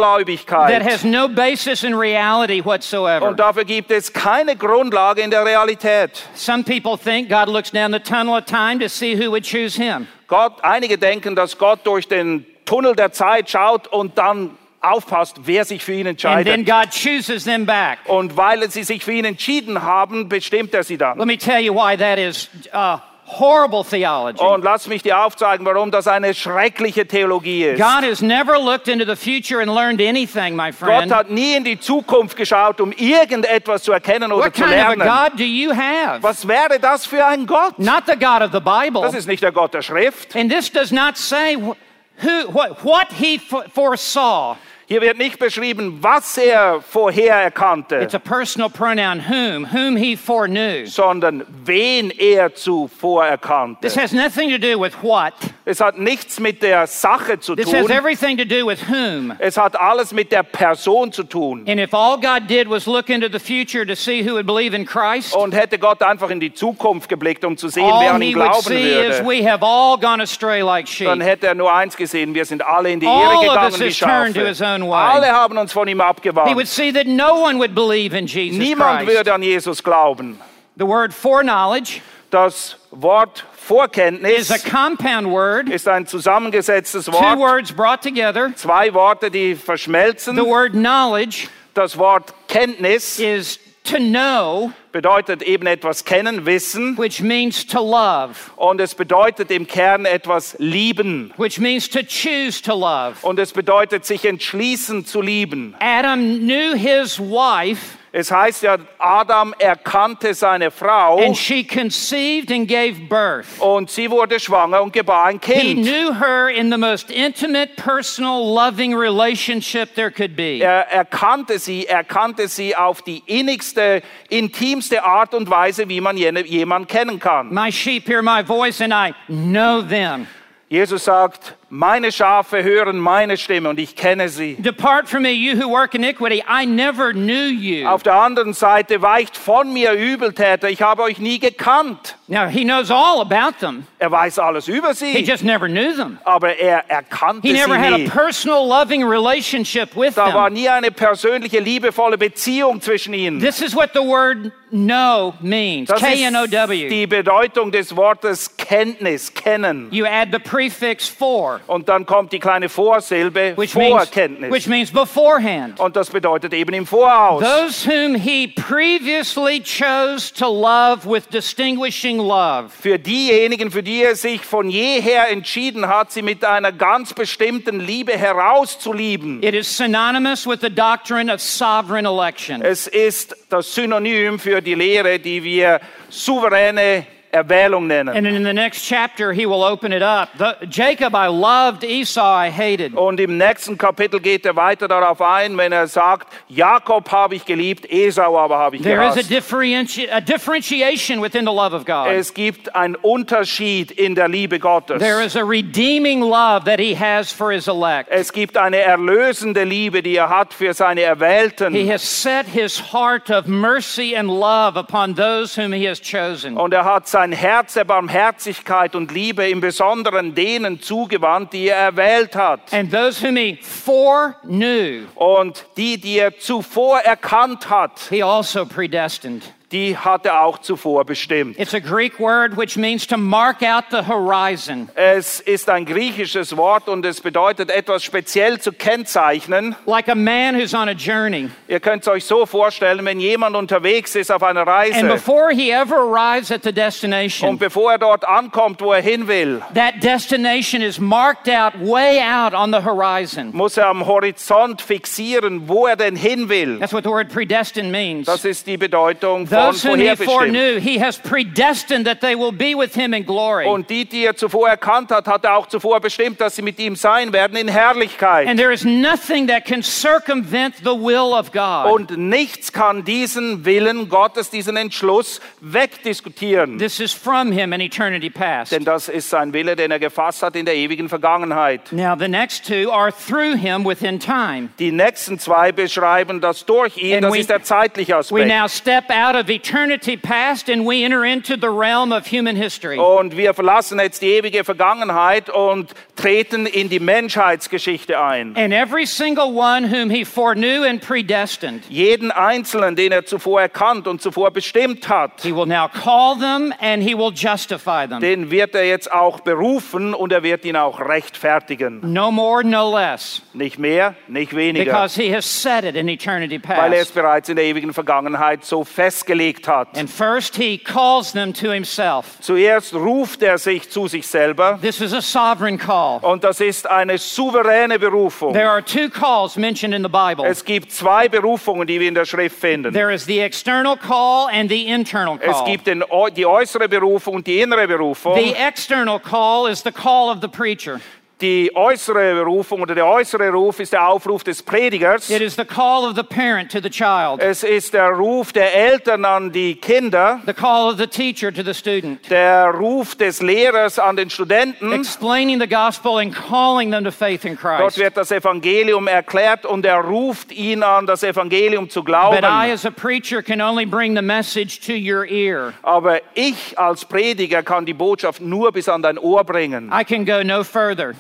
S1: that
S2: Abergläubigkeit.
S1: has no basis in reality whatsoever.
S2: Und dafür gibt es keine Grundlage in der Realität.
S1: Some people think God looks down the tunnel of time to see who would choose him.
S2: Gott, einige denken, dass Gott durch den Tunnel der Zeit schaut und dann aufpasst, wer sich für ihn
S1: And then
S2: entscheidet.
S1: God chooses them back.
S2: Und weil sie sich für ihn entschieden haben, bestimmt er sie dann.
S1: Let me tell you why that is uh, horrible theology.
S2: Und lass mich dir aufzeigen, warum das eine schreckliche Theologie ist.
S1: God has never looked into the future and learned anything, my
S2: Gott
S1: friend.
S2: hat nie in die Zukunft geschaut, um irgendetwas zu erkennen oder
S1: What
S2: zu
S1: kind of a
S2: lernen.
S1: God do you have?
S2: Was wäre das für ein Gott?
S1: Not the God of the Bible.
S2: Das ist nicht der Gott der Schrift.
S1: And this does not say wh- who, what, what he fo- foresaw.
S2: Hier wird nicht beschrieben, was er vorher erkannte,
S1: It's a personal pronoun, whom, whom he foreknew.
S2: sondern wen er zuvor erkannte.
S1: This has nothing to do with what.
S2: Es hat nichts mit der Sache zu
S1: This has
S2: tun.
S1: everything to do with whom.
S2: Es hat alles mit der Person zu tun.
S1: And if all God did was look into the future to see who would believe in Christ,
S2: Und hätte Gott einfach in die Zukunft geblickt, um zu sehen, wer
S1: all
S2: an
S1: he
S2: ihn
S1: would
S2: glauben
S1: see is
S2: würde,
S1: we have all gone astray like sheep.
S2: dann hätte er nur eins gesehen, wir sind alle in die
S1: All
S2: Irre
S1: of
S2: gegangen
S1: us
S2: wie
S1: has turned to his
S2: Schafe.
S1: own way.
S2: Alle haben uns von ihm
S1: He would
S2: abgewandt.
S1: see that no one would believe in Jesus
S2: Niemand
S1: Christ.
S2: würde an Jesus glauben.
S1: The word foreknowledge
S2: Das
S1: is
S2: Wort
S1: a
S2: Vorkenntnis
S1: compound word,
S2: ist ein zusammengesetztes
S1: two
S2: Wort.
S1: words brought together.
S2: Zwei Worte, die
S1: The
S2: verschmelzen.
S1: word knowledge
S2: Das Wort Kenntnis
S1: is to know,
S2: bedeutet eben etwas kennen, wissen.
S1: which means to love,
S2: Und es bedeutet im Kern etwas lieben.
S1: which means to choose to love.
S2: Und es bedeutet, sich entschließen zu lieben.
S1: Adam knew his wife,
S2: Es heißt ja, Adam erkannte seine Frau
S1: and she conceived and gave birth.
S2: und sie wurde schwanger und gebar ein
S1: He
S2: Kind.
S1: knew her in the most intimate, personal, loving relationship there could be.
S2: Er erkannte sie, erkannte sie auf die innigste, intimste Art und Weise, wie man jene- jemanden kennen kann.
S1: My sheep hear my voice, and I know them.
S2: Jesus sagt, meine Schafe hören meine Stimme und ich kenne sie.
S1: Depart from me, you who work iniquity. I never knew you.
S2: Auf der anderen Seite weicht von mir Übeltäter, ich habe euch nie gekannt.
S1: Now, he knows all about them.
S2: Er weiß alles über
S1: He
S2: sie,
S1: just never knew them.
S2: aber er erkannte
S1: He
S2: sie
S1: never had a
S2: nie.
S1: personal, loving relationship with
S2: Da war
S1: them.
S2: nie eine persönliche, liebevolle Beziehung zwischen ihnen.
S1: This is what the word know means
S2: Das
S1: K N O
S2: ist
S1: W.
S2: die Bedeutung des Wortes Kenntnis, kennen.
S1: You add the prefix for,
S2: Und dann kommt die kleine Vorsilbe,
S1: which means, which
S2: Vorkenntnis.
S1: means beforehand.
S2: Und das bedeutet eben im Voraus.
S1: Those whom he previously chose to love with distinguishing love.
S2: Für diejenigen, für die er sich von jeher entschieden hat, sie mit einer ganz bestimmten Liebe herauszulieben.
S1: It is synonymous with the doctrine of sovereign election.
S2: Es ist das Synonym für die Lehre, die wir souveräne Erwählung
S1: And
S2: nennen.
S1: in the next chapter, he will open it up. The, Jacob I loved, Esau I hated.
S2: Und im nächsten Kapitel geht er weiter darauf ein, wenn er sagt, Jakob habe ich geliebt, Esau aber habe ich
S1: There is a,
S2: gehasst.
S1: differenti- a differentiation within the love of God.
S2: Es gibt einen Unterschied in der Liebe Gottes.
S1: There is a redeeming love that he has for his elect.
S2: Es gibt eine erlösende Liebe, die er hat für seine
S1: He
S2: Erwählten.
S1: has set his heart of mercy and love upon those whom he has chosen.
S2: Und er hat sein Herz der Barmherzigkeit und Liebe im Besonderen denen zugewandt, die er erwählt hat.
S1: And those whom he foreknew,
S2: Und die, die er zuvor erkannt hat,
S1: he also predestined.
S2: die hat er auch zuvor bestimmt.
S1: It's a Greek word which means to mark out the horizon.
S2: Es ist ein griechisches Wort und es bedeutet etwas speziell zu kennzeichnen.
S1: Like a man who's on a journey.
S2: Ihr könnt es euch so vorstellen, wenn jemand unterwegs ist auf einer
S1: And
S2: Reise
S1: before he ever arrives at the
S2: und
S1: destination,
S2: bevor er dort ankommt, wo er hin will,
S1: that destination is marked out way out on the horizon.
S2: muss er am Horizont fixieren, wo er denn hin will.
S1: That's what the word predestined means.
S2: Das ist die Bedeutung von
S1: Those whom he
S2: vorherbestimmt.
S1: foreknew, he has predestined that they will be with him in glory.
S2: Und die, die er zuvor erkannt hat, hat er auch zuvor bestimmt, dass sie mit ihm sein werden in Herrlichkeit.
S1: And there is nothing that can circumvent the will of God.
S2: Und nichts kann diesen Willen Gottes, diesen Entschluss wegdiskutieren.
S1: This is from him in eternity past.
S2: Denn das ist sein Wille, den er gefasst hat in der ewigen Vergangenheit.
S1: Now, the next two are through him within time.
S2: Die nächsten zwei beschreiben das durch ihn,
S1: And
S2: das
S1: we-
S2: ist der zeitliche
S1: We
S2: Aspekt.
S1: now step out of eternity past and we enter into the realm of human history.
S2: Und wir verlassen jetzt die ewige Vergangenheit und treten in die Menschheitsgeschichte ein.
S1: And every single one whom he foreknew and predestined,
S2: Jeden Einzelnen, den er zuvor erkannt und zuvor bestimmt hat,
S1: he will now call them and he will justify them.
S2: den wird er jetzt auch berufen und er wird ihn auch rechtfertigen.
S1: No more, no less.
S2: Nicht mehr, nicht weniger,
S1: Because he has said it in eternity
S2: weil er es
S1: past.
S2: bereits in der ewigen Vergangenheit so festgelegt hat.
S1: And first he calls them to himself.
S2: Zuerst ruft er sich zu sich selber.
S1: This is a sovereign call.
S2: Und das ist eine souveräne Berufung.
S1: There are two calls mentioned in the Bible.
S2: Es gibt zwei Berufungen, die wir in der Schrift finden.
S1: There is the external call and the internal
S2: Es
S1: call.
S2: gibt den, äu- die äußere Berufung und die innere Berufung.
S1: The external call is the call of the preacher.
S2: Die äußere Berufung oder der äußere Ruf ist der Aufruf des Predigers.
S1: It is the call of the parent to the child,
S2: Es ist der Ruf der Eltern an die Kinder,
S1: the call of the teacher to the student,
S2: der Ruf des Lehrers an den Studenten.
S1: explaining the gospel and calling them to faith in
S2: Dort
S1: Christ.
S2: wird das Evangelium erklärt und er ruft ihn an, das Evangelium zu glauben.
S1: But I, as a preacher, can only bring the message to your ear.
S2: Aber ich als Prediger kann die Botschaft nur bis an dein Ohr bringen.
S1: I can go no further.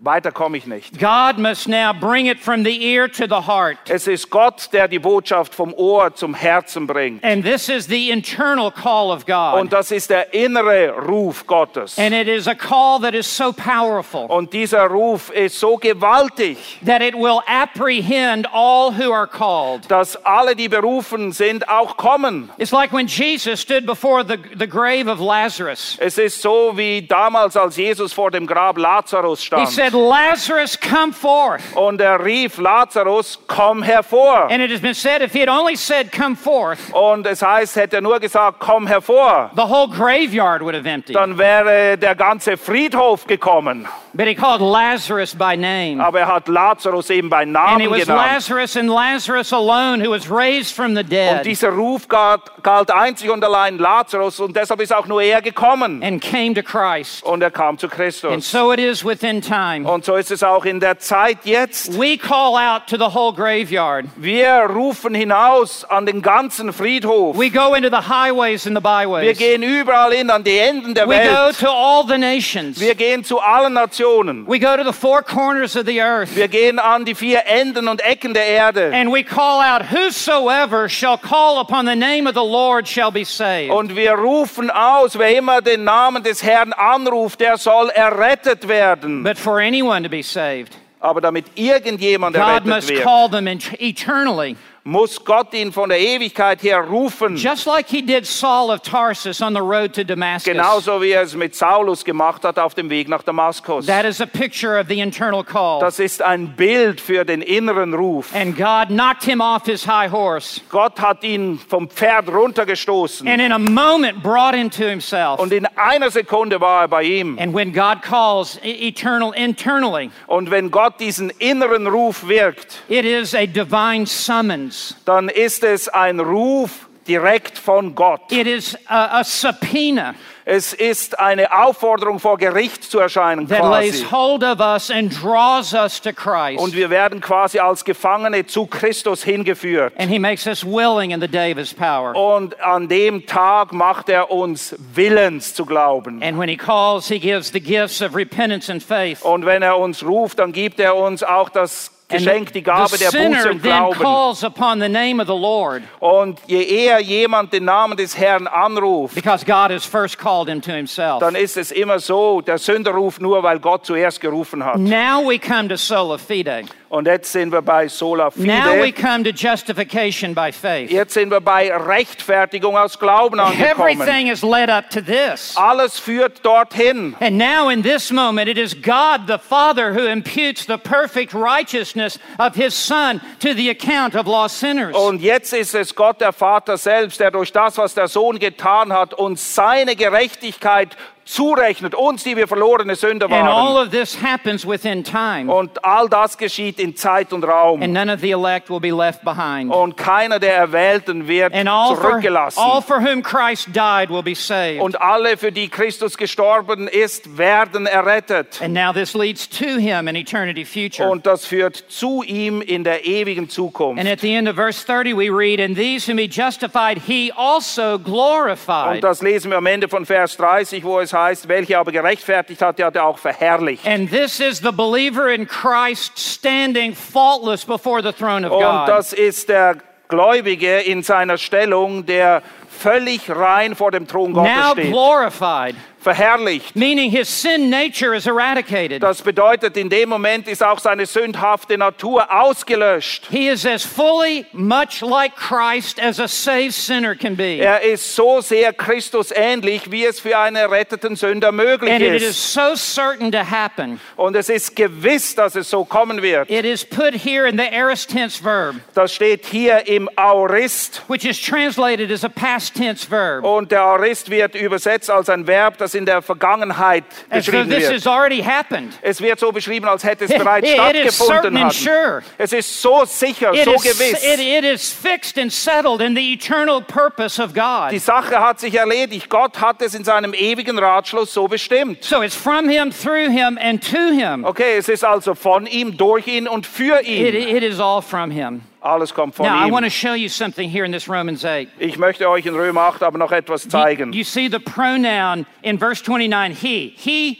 S2: Weiter komme ich nicht.
S1: God must now bring it from the ear to the heart.
S2: Es ist Gott, der die Botschaft vom Ohr zum Herzen bringt.
S1: And this is the internal call of
S2: Und
S1: God.
S2: das ist der innere Ruf Gottes.
S1: And it is a call that is so powerful
S2: Und dieser Ruf ist so gewaltig,
S1: that it will apprehend all who are called.
S2: dass alle, die berufen sind, auch kommen.
S1: It's like when Jesus stood before the, the grave of Lazarus.
S2: Es ist so wie damals, als Jesus vor dem Grab Lazarus
S1: He
S2: stand.
S1: said, Lazarus, come forth.
S2: Und er rief Lazarus, komm hervor.
S1: And it has been said, if he had only said, come forth,
S2: Und es heißt, hätte er nur gesagt, komm hervor,
S1: the whole graveyard would have emptied.
S2: dann wäre der ganze Friedhof gekommen.
S1: But he called Lazarus by name.
S2: Aber er hat Lazarus eben bei
S1: And it
S2: Namen
S1: was
S2: genannt.
S1: Lazarus and Lazarus alone who was raised from the
S2: Und
S1: dead
S2: dieser Ruf galt, galt einzig und allein Lazarus und deshalb ist auch nur er gekommen.
S1: and came to Christ.
S2: Und er kam zu
S1: And
S2: Christus.
S1: so it is within time.
S2: Und so ist es auch in der Zeit jetzt.
S1: We call out to the whole graveyard.
S2: Wir rufen hinaus an den ganzen Friedhof.
S1: We go into the highways and the
S2: Wir
S1: byways.
S2: gehen überall hin, an die Enden der
S1: We go
S2: Welt.
S1: to all the nations.
S2: Wir gehen zu allen Nationen.
S1: We go to the four corners of the earth.
S2: Wir gehen an die vier Enden und Ecken der Erde.
S1: And we call out, Whosoever shall call upon the name of the Lord shall be saved.
S2: Und wir rufen aus, wer immer den Namen des Herrn anruft, der soll errettet werden.
S1: But for anyone to be saved,
S2: Aber damit irgendjemand
S1: God
S2: errettet
S1: must
S2: wird,
S1: call them in- eternally.
S2: muss Gott ihn von der Ewigkeit her rufen.
S1: just like he did Saul of Tarsus on the road to Damascus.
S2: Genauso wie er es mit Saulus gemacht hat auf dem Weg nach Damaskus.
S1: That is a picture of the internal call.
S2: Das ist ein Bild für den inneren Ruf.
S1: And God knocked him off his high horse
S2: Gott hat ihn vom Pferd runtergestoßen
S1: and in a moment brought him to himself.
S2: und in einer Sekunde war er bei ihm.
S1: And when God calls e- eternal internally,
S2: Und wenn Gott diesen inneren Ruf wirkt,
S1: it is a divine summons.
S2: dann ist es ein Ruf direkt von Gott.
S1: It is a, a subpoena
S2: Es ist eine Aufforderung vor Gericht zu erscheinen
S1: that lays
S2: quasi.
S1: hold of us and draws us to
S2: Und
S1: Christ.
S2: wir werden quasi als Gefangene zu Christus hingeführt.
S1: And he makes us willing in the day of his power.
S2: Und an dem Tag macht er uns willens zu glauben.
S1: And when he calls, he gives the gifts of repentance and faith.
S2: Und wenn er uns ruft, dann gibt er uns auch das
S1: And
S2: Geschenk, die Gabe
S1: the
S2: der Buße
S1: sinner
S2: und
S1: then
S2: Glauben.
S1: calls upon the name of the Lord
S2: Und je eher jemand den Namen des Herrn anruft,
S1: because God has first called him to himself.
S2: dann ist es immer so, der Sünder ruft nur, weil Gott zuerst gerufen hat.
S1: Now we come to sola fide.
S2: Und jetzt sind wir bei Sola
S1: Now we
S2: Fide.
S1: come to justification by faith.
S2: Jetzt sind wir bei Rechtfertigung aus Glauben angekommen.
S1: Everything is led up to this.
S2: Alles führt dorthin.
S1: And now, in this moment, it is God the Father who imputes the perfect righteousness of His Son to the account of lost sinners.
S2: Und jetzt ist es Gott der Vater selbst, der durch das, was der Sohn getan hat, uns seine Gerechtigkeit zurechnet, uns, die wir verlorene Sünder
S1: And all
S2: waren.
S1: of this happens within time.
S2: Und all das geschieht in Zeit und Raum.
S1: And none of the elect will be left behind.
S2: Und keiner der Erwählten wird
S1: And all for, all
S2: zurückgelassen.
S1: for whom Christ died will be saved.
S2: Und alle, für die Christus gestorben ist, werden errettet.
S1: And now this leads to Him in eternity future.
S2: Und das führt zu ihm in der ewigen Zukunft.
S1: And at the end of verse 30, we read, And these whom He justified, He also glorified.
S2: Und das lesen wir am Ende von Vers 30, wo es heißt, welche aber gerechtfertigt hat, der hat er auch verherrlicht.
S1: And this is the believer in Christ standing faultless before the throne of
S2: Und
S1: God.
S2: das ist der Gläubige in seiner Stellung, der völlig rein vor dem Thron Gottes
S1: now
S2: steht.
S1: glorified,
S2: Verherrlicht.
S1: meaning his sin nature is eradicated.
S2: Das bedeutet, in dem Moment ist auch seine sündhafte Natur ausgelöscht.
S1: he is as fully much like Christ as a saved sinner can be.
S2: Er ist so sehr Christus ähnlich, wie es für einen erretteten Sünder möglich
S1: and it is
S2: ist.
S1: so certain to happen.
S2: Und es ist gewiss, dass es so kommen wird.
S1: It is put here in the aorist tense verb,
S2: Das steht hier im Aorist.
S1: which is translated as a past tense verb.
S2: Und der Aorist wird übersetzt als ein Verb, das in der Vergangenheit
S1: as though
S2: beschrieben
S1: this
S2: wird.
S1: has already happened.
S2: Es wird so beschrieben, als hätte es
S1: It-
S2: bereits
S1: it is certain
S2: stattgefunden.
S1: and
S2: haben.
S1: sure.
S2: Es ist so sicher,
S1: It
S2: so
S1: is,
S2: gewiss.
S1: it- it is fixed and settled in the eternal purpose of
S2: Die
S1: God.
S2: Sache hat sich erledigt. Gott hat es in seinem ewigen Ratschluss so bestimmt.
S1: So it's from Him, through Him, and to Him.
S2: Okay, es ist also von ihm, durch ihn und für
S1: It,
S2: ihn.
S1: it is all from Him.
S2: Alles kommt von
S1: Now, I want to
S2: ihm.
S1: show you something here in this Romans 8.
S2: Ich möchte euch in Römer 8 aber noch etwas
S1: You,
S2: zeigen.
S1: you see the pronoun in verse 29, He. He,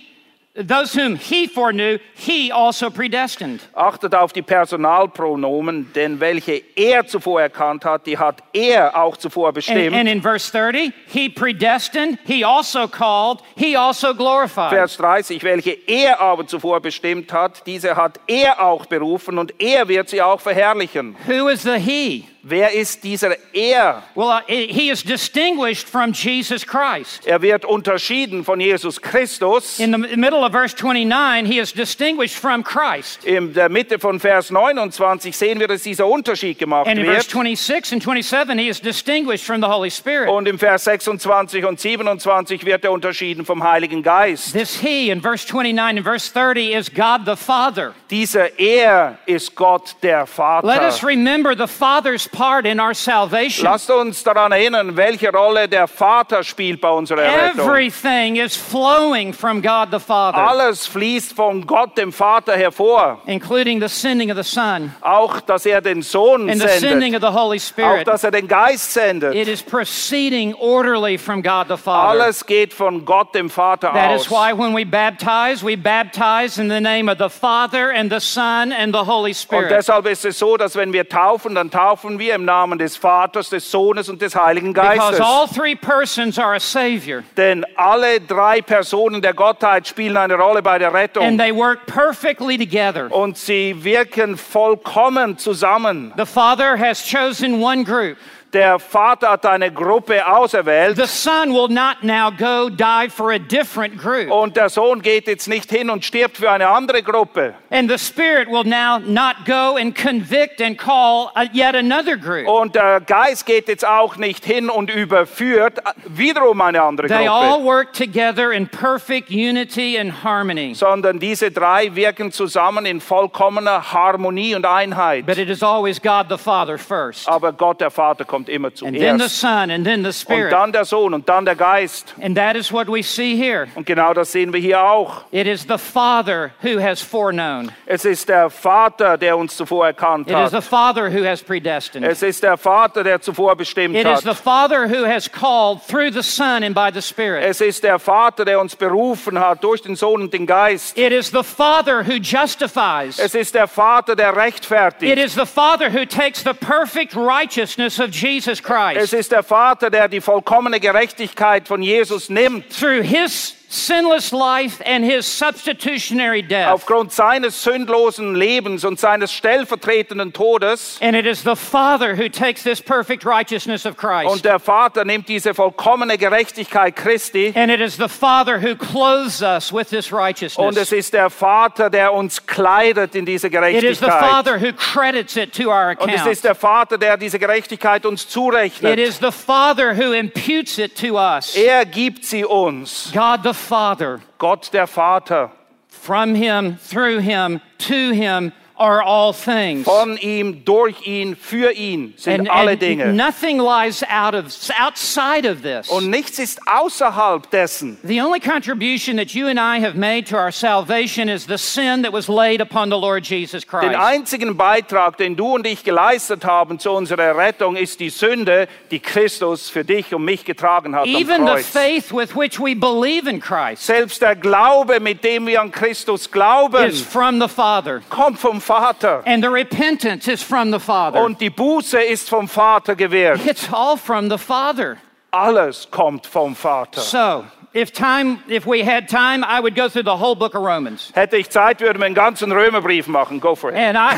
S1: those whom He foreknew, He also predestined.
S2: Achtet auf die Personalpronomen, denn welche er zuvor erkannt hat, die hat er auch zuvor
S1: And,
S2: bestimmt.
S1: and in verse 30, He predestined, He also called, He also glorified.
S2: Vers 30, welche er aber zuvor bestimmt hat, diese hat er auch berufen und er wird sie auch verherrlichen.
S1: Who is the He?
S2: Wer ist dieser er?
S1: Well, uh, he is distinguished from Jesus Christ.
S2: Er wird unterschieden von Jesus Christus.
S1: In the m- middle of verse 29, he is distinguished from Christ.
S2: In der Mitte von Vers 29 sehen wir, dass dieser Unterschied gemacht
S1: And in verse
S2: wird.
S1: 26 and 27, he is distinguished from the Holy Spirit.
S2: Und im Vers 26 und 27 wird er unterschieden vom Heiligen Geist.
S1: This he in verse 29 and verse 30 is God the Father.
S2: Dieser Er ist Gott der
S1: Let us
S2: Vater.
S1: remember the Father's part in our salvation.
S2: Lasst uns daran erinnern, welche Rolle der Vater spielt bei unserer Errettung.
S1: Everything is flowing from God the Father,
S2: Alles fließt von Gott dem Vater hervor.
S1: including the sending of the Son
S2: Auch, dass er den Sohn
S1: and the sending
S2: sendet.
S1: of the Holy
S2: Auch,
S1: Spirit.
S2: dass er den Geist sendet.
S1: It is proceeding orderly from God the Father.
S2: Alles geht von Gott dem Vater
S1: That
S2: aus.
S1: is why when we baptize, we baptize in the name of the Father and the Son and the Holy
S2: Und
S1: Spirit.
S2: deshalb ist es so, dass wenn wir taufen, dann taufen wir im Namen des Vaters, des Sohnes und des Heiligen
S1: Because
S2: Geistes.
S1: all three persons are a Savior.
S2: Denn alle drei Personen der Gottheit spielen eine Rolle bei der
S1: And
S2: Rettung.
S1: they work perfectly together.
S2: Und sie wirken vollkommen zusammen.
S1: The Father has chosen one group.
S2: Der Vater hat eine Gruppe
S1: The
S2: auserwählt.
S1: Son will not now go die for a different group.
S2: Und der Sohn geht jetzt nicht hin und stirbt für eine andere Gruppe.
S1: And the Spirit will now not go and convict and call uh, yet another group.
S2: Und der Geist geht jetzt auch nicht hin und überführt wiederum eine andere
S1: They all
S2: Gruppe.
S1: work together in perfect unity and harmony.
S2: Sondern diese drei wirken zusammen in vollkommener Harmonie und
S1: But
S2: Einheit.
S1: it is always God the Father first,
S2: Aber Gott, der Vater, kommt immer
S1: and then the
S2: zuerst.
S1: Son, and then the
S2: Und
S1: Spirit.
S2: dann der Sohn und dann der Geist.
S1: And that is what we see here.
S2: Und genau das sehen wir hier auch.
S1: It is the Father who has foreknown.
S2: Es ist der Vater, der uns zuvor erkannt
S1: It is the
S2: hat.
S1: Father who has predestined.
S2: Es ist der Vater, der zuvor bestimmt
S1: It is the
S2: hat.
S1: Father who has called through the Son and by the Spirit.
S2: Es ist der Vater, der uns berufen hat durch den Sohn und den Geist.
S1: It is the Father who justifies.
S2: Es ist der Vater, der
S1: It
S2: rechtfertigt.
S1: is the Father who takes the perfect righteousness of Jesus
S2: Es
S1: Christ
S2: ist der Vater, der die vollkommene Gerechtigkeit von Jesus nimmt.
S1: through his sinless life and his substitutionary death.
S2: Aufgrund seines sündlosen Lebens und seines stellvertretenden Todes.
S1: And it is the Father who takes this perfect righteousness of
S2: Und
S1: Christ.
S2: der Vater nimmt diese vollkommene Gerechtigkeit Christi.
S1: And it is the Father who clothes us with this
S2: Und es
S1: righteousness.
S2: ist der Vater, der uns kleidet in diese
S1: It is the
S2: Gerechtigkeit.
S1: Father who credits it to our
S2: Und es
S1: account.
S2: ist der Vater, der diese Gerechtigkeit uns
S1: It
S2: zurechnet.
S1: is the Father who imputes it to us.
S2: Er gibt sie uns.
S1: God the Father,
S2: Gott der Vater.
S1: from him, through him, to him are all things.
S2: Von ihm, durch ihn, für ihn sind
S1: And,
S2: alle
S1: and
S2: Dinge.
S1: nothing lies out of, outside of this.
S2: Und nichts ist außerhalb dessen.
S1: The only contribution that you and I have made to our salvation is the sin that was laid upon the Lord Jesus
S2: Den
S1: Christ.
S2: einzigen Beitrag, den du und ich geleistet haben zu unserer Rettung, ist die Sünde, die Christus für dich und mich getragen hat
S1: Even
S2: am
S1: the
S2: Kreuz.
S1: faith with which we believe in Christ
S2: Selbst der Glaube, mit dem wir an Christus glauben,
S1: is from the Father,
S2: kommt vom Vater.
S1: and the repentance is from the Father.
S2: Und die Buße ist vom Vater gewährt.
S1: It's all from the Father.
S2: Alles kommt vom Vater.
S1: So, if time, if we had time, I would go through the whole book of Romans.
S2: Hätte ich Zeit, würden wir einen ganzen Römerbrief machen. Go for it.
S1: And I,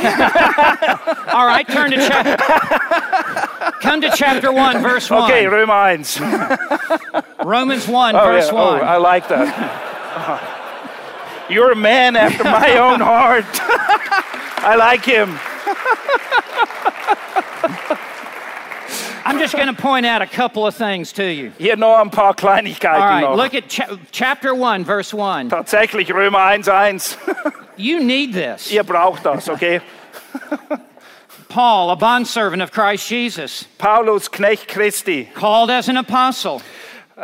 S1: all right, turn to chapter. Come to chapter one, verse one.
S2: Okay, Römer 1.
S1: Romans one,
S2: Oh,
S1: verse
S2: yeah.
S1: one.
S2: oh, I like that. You're a man after my own heart. I like him.
S1: I'm just going to point out a couple of things to you.
S2: Hier noch ein paar
S1: All
S2: Kleinigkeiten
S1: right,
S2: noch.
S1: look at cha- chapter 1, verse 1.
S2: Tatsächlich Römer 1,1.
S1: You need this.
S2: Ihr braucht das, okay?
S1: Paul, a bondservant of Christ Jesus,
S2: Paulus, Knecht Christi,
S1: called as an apostle,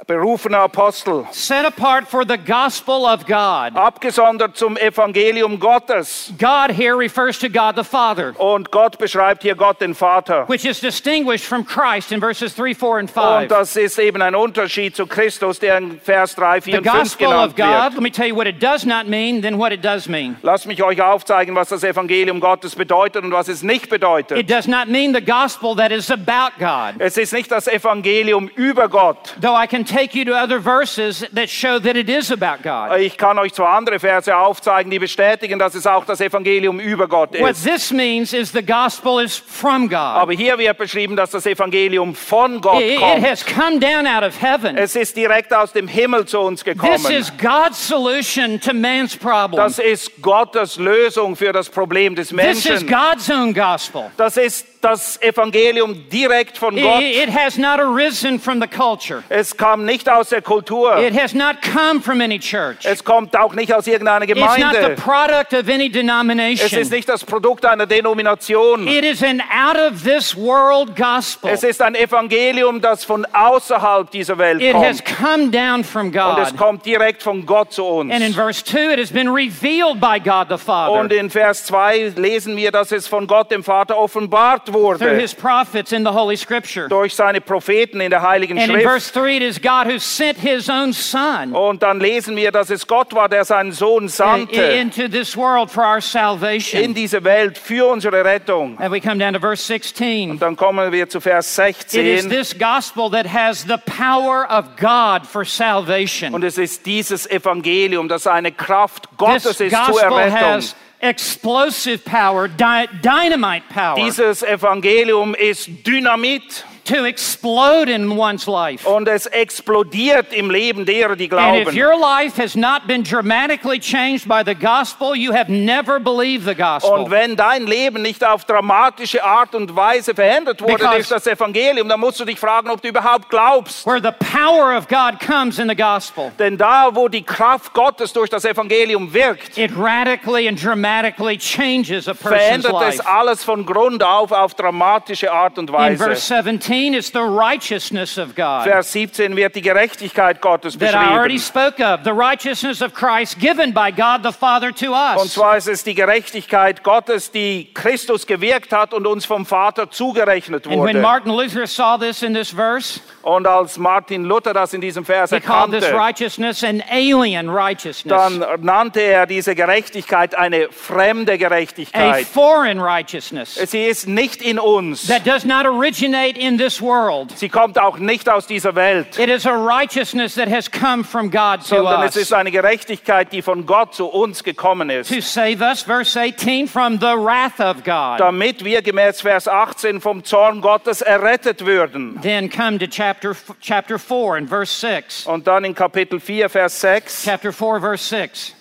S2: berufener Apostel,
S1: set apart for the gospel of God.
S2: abgesondert zum Evangelium Gottes.
S1: God here refers to God the Father,
S2: Und Gott beschreibt hier Gott den Vater.
S1: which is distinguished from Christ in verses 3, 4, and
S2: Und
S1: 5.
S2: das ist eben ein Unterschied zu Christus, der in Vers 3, 4
S1: The
S2: und 5
S1: gospel of
S2: genannt
S1: God,
S2: wird.
S1: let me tell you what it does not mean, then what it does mean.
S2: Lasst mich euch aufzeigen, was das Evangelium Gottes bedeutet und was es nicht bedeutet.
S1: It does not mean the gospel that is about God.
S2: Es ist nicht das Evangelium über Gott.
S1: Though I can take you to other verses that show that it is about God.
S2: Ich kann euch zwar andere Verse aufzeigen, die bestätigen, dass es auch das Evangelium über Gott
S1: What
S2: ist.
S1: this means is the gospel is from God.
S2: Aber hier wird beschrieben, dass das Evangelium von Gott
S1: It, it
S2: kommt.
S1: has come down out of heaven.
S2: Es ist direkt aus dem Himmel zu uns
S1: This
S2: gekommen.
S1: is God's solution to man's problem.
S2: Das ist Gottes Lösung für das Problem des
S1: This is
S2: Menschen.
S1: God's own gospel.
S2: Das ist das Evangelium direkt von
S1: It,
S2: Gott.
S1: it has not arisen from the culture.
S2: Es kam nicht aus der Kultur.
S1: It has not come from any church. Uh, It's
S2: Es kommt auch nicht aus irgendeiner
S1: not the
S2: Gemeinde.
S1: product of any
S2: Es ist
S1: denomination.
S2: nicht das Produkt einer Denomination.
S1: It is an out of this world gospel.
S2: Es ist ein Evangelium, das von außerhalb dieser Welt
S1: It has
S2: kommt.
S1: come down from
S2: Und es
S1: God.
S2: kommt direkt von Gott zu
S1: And in
S2: uns.
S1: verse 2, it has been revealed by God the Father.
S2: Und in Vers 2 lesen wir, dass es von Gott, dem Vater, offenbart offenbart
S1: through
S2: wurde
S1: his prophets in the Holy Scripture.
S2: durch seine Propheten in der Heiligen
S1: And in verse
S2: Schrift.
S1: 3, it is God who sent his own Son
S2: Und dann lesen wir, dass es Gott war, der seinen Sohn
S1: i-
S2: sandte
S1: into this world for our
S2: in
S1: salvation.
S2: diese Welt für unsere Rettung.
S1: And we come down to verse 16.
S2: Dann kommen wir zu Vers
S1: It is
S2: 16.
S1: this gospel that has the power of God for
S2: Und
S1: salvation.
S2: es ist dieses Evangelium, das eine Kraft
S1: This
S2: Gottes ist zur
S1: gospel
S2: Errettung.
S1: has explosive power, di- dynamite power
S2: Dieses Evangelium ist Dynamit
S1: to explode in one's life.
S2: und es explodiert im Leben derer, die
S1: And if
S2: glauben.
S1: your life has not been dramatically changed by the gospel, you have never believed the
S2: Und
S1: gospel.
S2: wenn dein Leben nicht auf dramatische Art und Weise verändert wurde
S1: Because-
S2: durch das Evangelium, dann musst du dich fragen, ob du überhaupt glaubst.
S1: Where the power of God comes in the gospel,
S2: Denn da, wo die Kraft Gottes durch das Evangelium wirkt,
S1: it radically and dramatically changes a person's
S2: verändert
S1: life.
S2: es alles von Grund auf auf dramatische Art und
S1: In verse
S2: Weise.
S1: 17, it's the righteousness of God.
S2: Vers 17 wird die Gerechtigkeit Gottes
S1: that I already
S2: beschrieben.
S1: spoke of, the righteousness of Christ given by God the Father to
S2: Und
S1: us.
S2: zwar ist es die Gerechtigkeit Gottes, die Christus gewirkt hat und uns vom Vater zugerechnet
S1: And when
S2: wurde.
S1: Martin Luther saw this in this verse,
S2: Und als Martin Luther das in diesem Vers
S1: he called this
S2: erkannte,
S1: righteousness an alien righteousness,
S2: dann nannte er diese Gerechtigkeit eine fremde
S1: a
S2: Gerechtigkeit.
S1: foreign righteousness
S2: Sie ist nicht in uns.
S1: that does not originate in this world.
S2: Sie kommt auch nicht aus dieser Welt,
S1: It is a righteousness that has come from God to
S2: sondern es
S1: us
S2: ist eine Gerechtigkeit, die von Gott zu uns gekommen ist,
S1: to save us, verse 18, from the wrath of God.
S2: damit wir gemäß Vers 18 vom Zorn Gottes errettet würden.
S1: Then come to chapter f- chapter 4 and verse 6.
S2: Und dann in Kapitel 4, Vers 6.
S1: chapter 4, verse 6.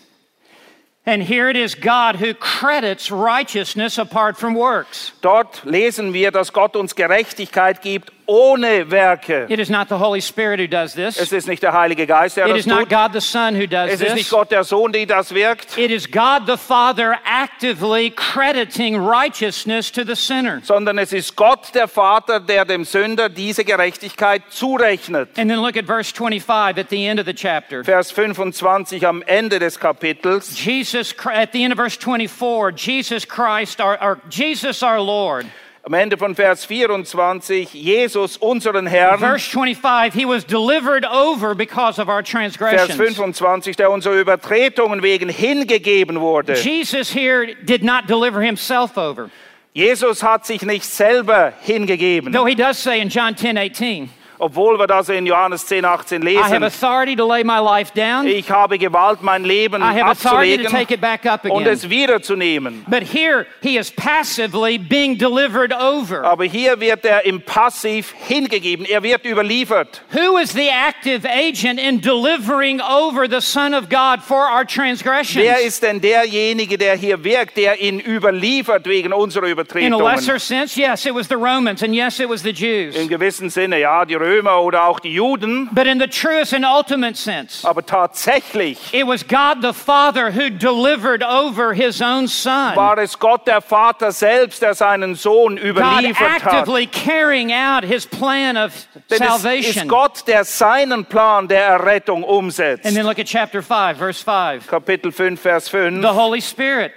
S1: And here it is God who credits righteousness apart from works.
S2: Dort lesen wir, dass Gott uns Gerechtigkeit gibt ohne Werke.
S1: It is not the Holy Spirit who does this,
S2: Es ist nicht der Heilige Geist, der
S1: it
S2: das
S1: is not
S2: tut.
S1: God the Son who does
S2: Es ist
S1: this.
S2: nicht Gott der Sohn, der das wirkt,
S1: It is God the Father actively crediting righteousness to the sinner.
S2: sondern es ist Gott der Vater, der dem Sünder diese Gerechtigkeit zurechnet.
S1: And then look at verse 25 at the end of the chapter.
S2: Vers 25 am Ende des Kapitels.
S1: Jesus, Chri- at the end of verse 24, Jesus Christ, our, our, Jesus our Lord.
S2: Am Ende von Vers 24, Jesus, unseren Herrn.
S1: Verse 25, he was delivered over because of our
S2: Vers
S1: transgressions.
S2: 25, der unserer Übertretungen wegen hingegeben wurde.
S1: Jesus here did not deliver himself over.
S2: Jesus hat sich nicht selber hingegeben,
S1: Though he does say in John 10 18,
S2: obwohl wir das in Johannes 10, 18
S1: I have
S2: lesen.
S1: authority to lay my life down,
S2: Ich habe Gewalt, mein Leben
S1: I have authority to
S2: abzulegen
S1: take it back up
S2: und
S1: again.
S2: es wiederzunehmen.
S1: But here he is passively being delivered over.
S2: Aber hier wird er im Passiv hingegeben. Er wird überliefert.
S1: Who is the active agent in delivering over the Son of God for our
S2: Wer
S1: transgressions?
S2: ist denn derjenige, der hier wirkt, der ihn überliefert wegen unserer
S1: In a
S2: Übertretungen?
S1: lesser sense, yes, it was the Romans, and yes, it was the
S2: In
S1: Jews.
S2: gewissem Sinne, ja, die Römer oder auch die Juden.
S1: But in the truest and ultimate sense,
S2: Aber tatsächlich
S1: it was God the Father who delivered over his own Son.
S2: war es Gott der Vater selbst, der seinen Sohn
S1: God
S2: überliefert hat.
S1: actively carrying out his plan of
S2: Denn es ist
S1: salvation.
S2: Gott, der seinen Plan der Errettung
S1: And
S2: umsetzt.
S1: then look at chapter 5, verse 5.
S2: Kapitel 5, Vers 5.
S1: The Holy Spirit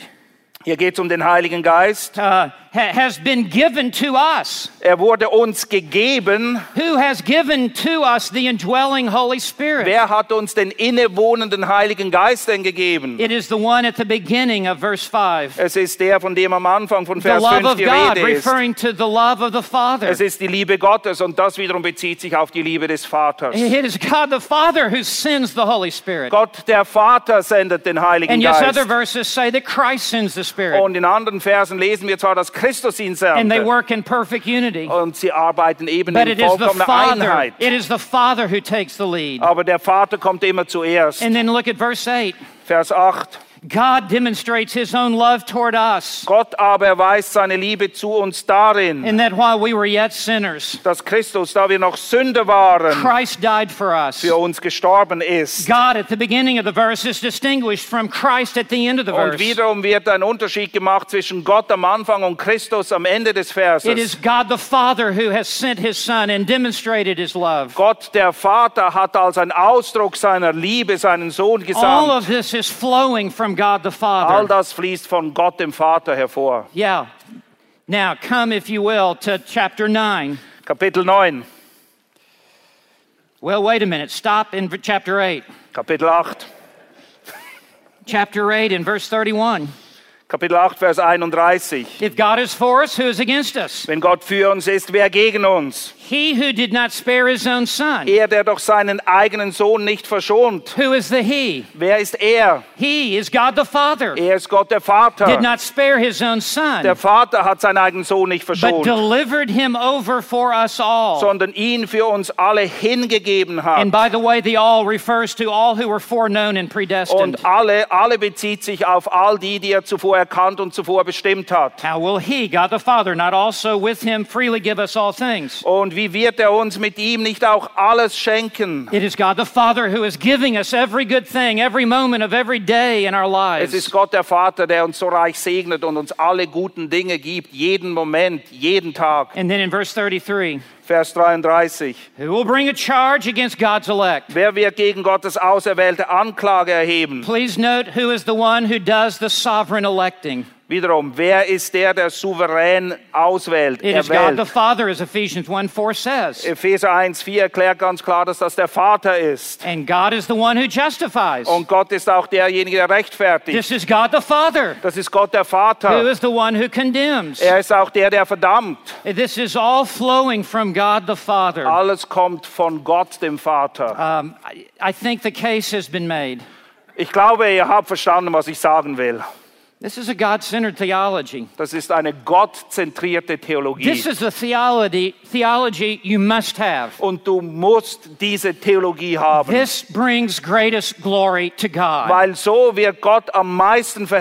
S2: Hier geht es um den Heiligen Geist.
S1: uh, ha- has been given to us.
S2: Er wurde uns gegeben.
S1: Who has given to us the indwelling Holy Spirit?
S2: Wer hat uns den innewohnenden Heiligen Geist denn gegeben?
S1: It is the one at the beginning of verse 5.
S2: Es ist der, von dem am Anfang von
S1: The
S2: Vers
S1: love
S2: 5
S1: of
S2: die
S1: God,
S2: Rede ist.
S1: referring to the love of the Father.
S2: Es ist die Liebe Gottes und das wiederum bezieht sich auf die Liebe des Vaters.
S1: It is God the Father who sends the Holy Spirit.
S2: Gott der Vater sendet den Heiligen
S1: And yes,
S2: Geist.
S1: other verses say that Christ sends the Spirit.
S2: Und in anderen Versen lesen wir zwar, dass Christus ihn
S1: And they
S2: sandte
S1: work in perfect unity.
S2: und sie arbeiten eben
S1: But
S2: in
S1: it is the
S2: vollkommener
S1: Father.
S2: Einheit. Oh.
S1: It is the Father who takes the lead.
S2: Aber der Vater kommt immer zuerst.
S1: And then look at verse 8.
S2: Vers 8.
S1: God demonstrates his own love toward us,
S2: Gott aber erweist seine Liebe zu uns darin,
S1: in that while we were yet sinners,
S2: dass Christus, da wir noch Sünder waren,
S1: Christ died for us.
S2: für uns gestorben ist.
S1: God at the beginning of the verse is distinguished from Christ at the end of the
S2: Und
S1: verse.
S2: wiederum wird ein Unterschied gemacht zwischen Gott am Anfang und Christus am Ende des
S1: It is
S2: Verses.
S1: God the Father who has sent his Son and demonstrated his love.
S2: Gott, der Vater, hat als ein Ausdruck seiner Liebe seinen Sohn
S1: All
S2: gesandt.
S1: of this is flowing from God the
S2: All
S1: Father.
S2: das fließt von Gott, dem Vater, hervor.
S1: Yeah. Now, come, if you will, to chapter 9.
S2: Kapitel 9,
S1: Well, wait a minute. Stop in v- chapter 8.
S2: Kapitel 8,
S1: Chapter 8 in verse 31.
S2: Kapitel 8, Vers 31.
S1: If God is for us, who is against us?
S2: Wenn Gott für uns ist, wer gegen uns?
S1: He who did not spare his own son.
S2: Er, der doch seinen eigenen Sohn nicht verschont.
S1: Who is the he?
S2: Wer ist er?
S1: He is God the Father.
S2: Er ist Gott der
S1: Did
S2: Vater.
S1: not spare his own son,
S2: Der Vater hat seinen eigenen Sohn nicht
S1: but
S2: verschont,
S1: delivered him over for us all.
S2: sondern ihn für uns alle hingegeben
S1: And
S2: hat.
S1: by the way, the all refers to all who were foreknown and predestined.
S2: Und alle, alle bezieht sich auf all die, die er zuvor erkannt und zuvor bestimmt hat.
S1: How will he, God the Father, not also with him freely give us all things?
S2: Und wie wird er uns mit ihm nicht auch alles schenken?
S1: It is God the Father who is giving us every good thing, every moment of every day in our
S2: Es ist
S1: lives.
S2: Gott der Vater, der uns so reich segnet und uns alle guten Dinge gibt, jeden Moment, jeden Tag.
S1: And then in verse 33,
S2: Vers 33.
S1: who will bring a charge against God's elect?
S2: Wer wird gegen Gottes auserwählte Anklage erheben?
S1: Please note who is the one who does the sovereign electing.
S2: Wiederum, wer ist der, der souverän auswählt,
S1: It is God the
S2: erwählt?
S1: Father, as Ephesians 1 4 says.
S2: Epheser 1,4 erklärt ganz klar, dass das der Vater ist.
S1: And God is the one who justifies.
S2: Und Gott ist auch derjenige, der rechtfertigt.
S1: This is God the Father,
S2: Das ist Gott der
S1: who
S2: Vater.
S1: is the one who condemns.
S2: Er ist auch der, der verdammt.
S1: This is all flowing from God the Father.
S2: Alles kommt von Gott, dem Vater.
S1: Um, I, I think the case has been made.
S2: Ich glaube, ihr habt verstanden, was ich sagen will.
S1: This is a God centered theology.
S2: Das ist eine gottzentrierte
S1: This
S2: Theologie.
S1: is the theology, theology you must have.
S2: Und du musst diese Theologie haben,
S1: This brings greatest glory to God.
S2: weil so wird Gott am meisten
S1: There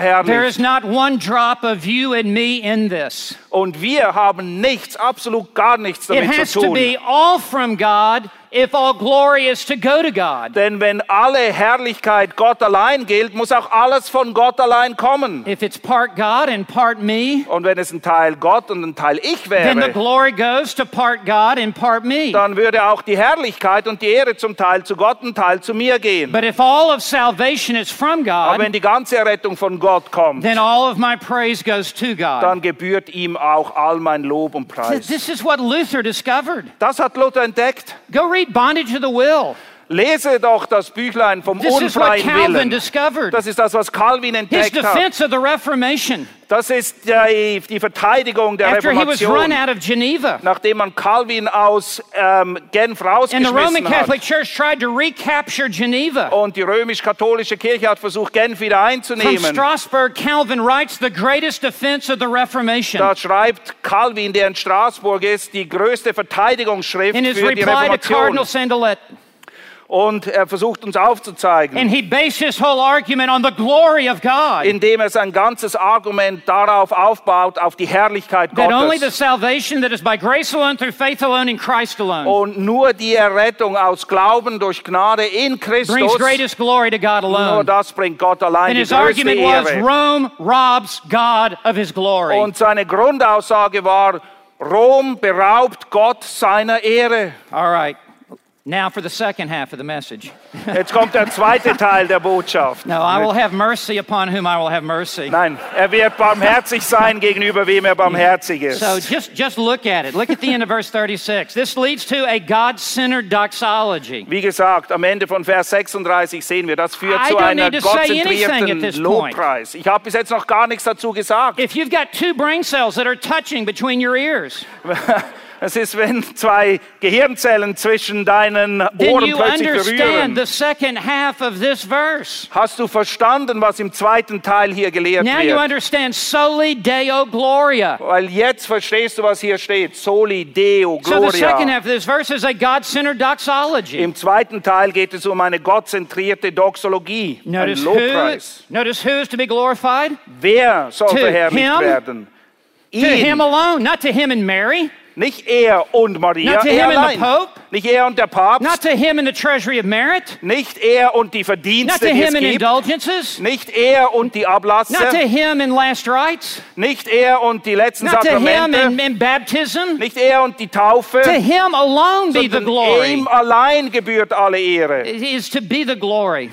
S1: is
S2: verherrlicht.
S1: not one drop of you and me in this.
S2: Und wir haben nichts, absolut gar nichts
S1: It
S2: damit
S1: has
S2: zu
S1: to
S2: tun.
S1: be all from God if all glory is to go to God.
S2: Denn wenn alle Herrlichkeit Gott allein gilt, muss auch alles von Gott allein kommen.
S1: If it's part God and part me,
S2: Und wenn es ein Teil Gott und ein Teil ich
S1: then the
S2: wäre,
S1: glory goes to part God and part me.
S2: dann würde auch die Herrlichkeit und die Ehre zum Teil zu Gott, ein Teil zu mir gehen.
S1: But if all of salvation is from
S2: Aber
S1: God,
S2: wenn die ganze Errettung von Gott kommt,
S1: then all of my praise goes to God.
S2: dann gebührt ihm auch all mein Lob und
S1: Th-
S2: Preis.
S1: This is what Luther discovered.
S2: Das hat Luther entdeckt.
S1: Go read Bondage of the Will.
S2: Lese doch das Büchlein vom
S1: This is what
S2: unfreien
S1: Calvin
S2: Willen.
S1: discovered.
S2: Das ist das, was Calvin
S1: His
S2: entdeckt hat.
S1: defense of the Reformation
S2: Das ist die, die Verteidigung der
S1: after he was run
S2: Reformation.
S1: out of Geneva.
S2: Nachdem man Calvin aus ähm,
S1: And
S2: Genf
S1: the Roman
S2: rausgeschmissen
S1: Catholic
S2: hat
S1: Church tried to recapture Geneva.
S2: und die römisch-katholische Kirche hat versucht, Genf wieder
S1: From
S2: einzunehmen,
S1: Strasbourg, Calvin writes the greatest defense of the Reformation.
S2: da schreibt Calvin, der in Straßburg ist, die größte Verteidigungsschrift
S1: In his
S2: für die
S1: reply to Cardinal
S2: Reformation.
S1: Sandelet.
S2: Und er versucht uns
S1: And
S2: aufzuzeigen,
S1: he based his whole argument on the glory of God.
S2: indem er sein ganzes Argument darauf aufbaut, auf die Herrlichkeit
S1: That only the
S2: Gottes.
S1: salvation that is by grace alone, through faith alone, in Christ alone,
S2: Und nur die Errettung aus Glauben durch Gnade in
S1: brings
S2: Christus,
S1: greatest glory to God
S2: nur
S1: alone.
S2: das bringt Gott allein
S1: And
S2: die
S1: his
S2: größte
S1: argument was
S2: Ehre.
S1: Rome robs God of his glory.
S2: Und seine Grundaussage war, Rom beraubt Gott seiner Ehre.
S1: All right. Now for the second half of the message.
S2: Jetzt kommt der zweite Teil der Botschaft.
S1: No, I will have mercy upon whom I will have mercy.
S2: Nein, er wird barmherzig sein gegenüber wem er barmherzig
S1: So
S2: ist.
S1: just, just look at it. Look at the end of verse 36. This leads to a God centered doxology.
S2: Wie gesagt, am Ende von Vers 36 sehen wir, das führt
S1: I
S2: zu
S1: don't
S2: einer
S1: need to say anything at
S2: gottzentrierten
S1: this
S2: Lobpreis. Ich habe bis jetzt noch gar nichts dazu gesagt.
S1: If you've got two brain cells that are touching between your ears,
S2: Es ist, wenn zwei Gehirnzellen zwischen deinen
S1: then
S2: Ohren
S1: you
S2: plötzlich
S1: understand
S2: berühren.
S1: the second half of this verse.
S2: Hast du verstanden, was im zweiten Teil hier gelehrt
S1: Now you
S2: wird?
S1: understand soli deo gloria.
S2: Weil jetzt verstehst du, was hier steht. Soli Deo
S1: So the second
S2: Gloria.
S1: half of this verse is a God-centered doxology.
S2: Im zweiten Teil geht es um eine gottzentrierte Doxologie, ein
S1: Notice who,
S2: Lobpreis.
S1: notice who is to be glorified?
S2: Wer soll
S1: To
S2: verherrlicht
S1: him?
S2: werden?
S1: To him
S2: Ihn,
S1: alone, not to him and Mary,
S2: nicht er und Maria,
S1: Not to
S2: er
S1: him and the
S2: allein.
S1: Pope?
S2: Nicht er und der
S1: not
S2: Papst,
S1: to him and the treasury of merit,
S2: nicht er und die
S1: not
S2: Verdienste,
S1: to
S2: die es
S1: him and
S2: gibt,
S1: indulgences,
S2: nicht er und die
S1: not to
S2: Ablasse,
S1: him and last rites,
S2: nicht er und die letzten
S1: not to him and,
S2: Sakramente,
S1: and baptism.
S2: nicht er und die Taufe.
S1: To him alone be the
S2: sondern
S1: glory.
S2: Ihm allein gebührt alle Ehre.
S1: It Is to be the glory.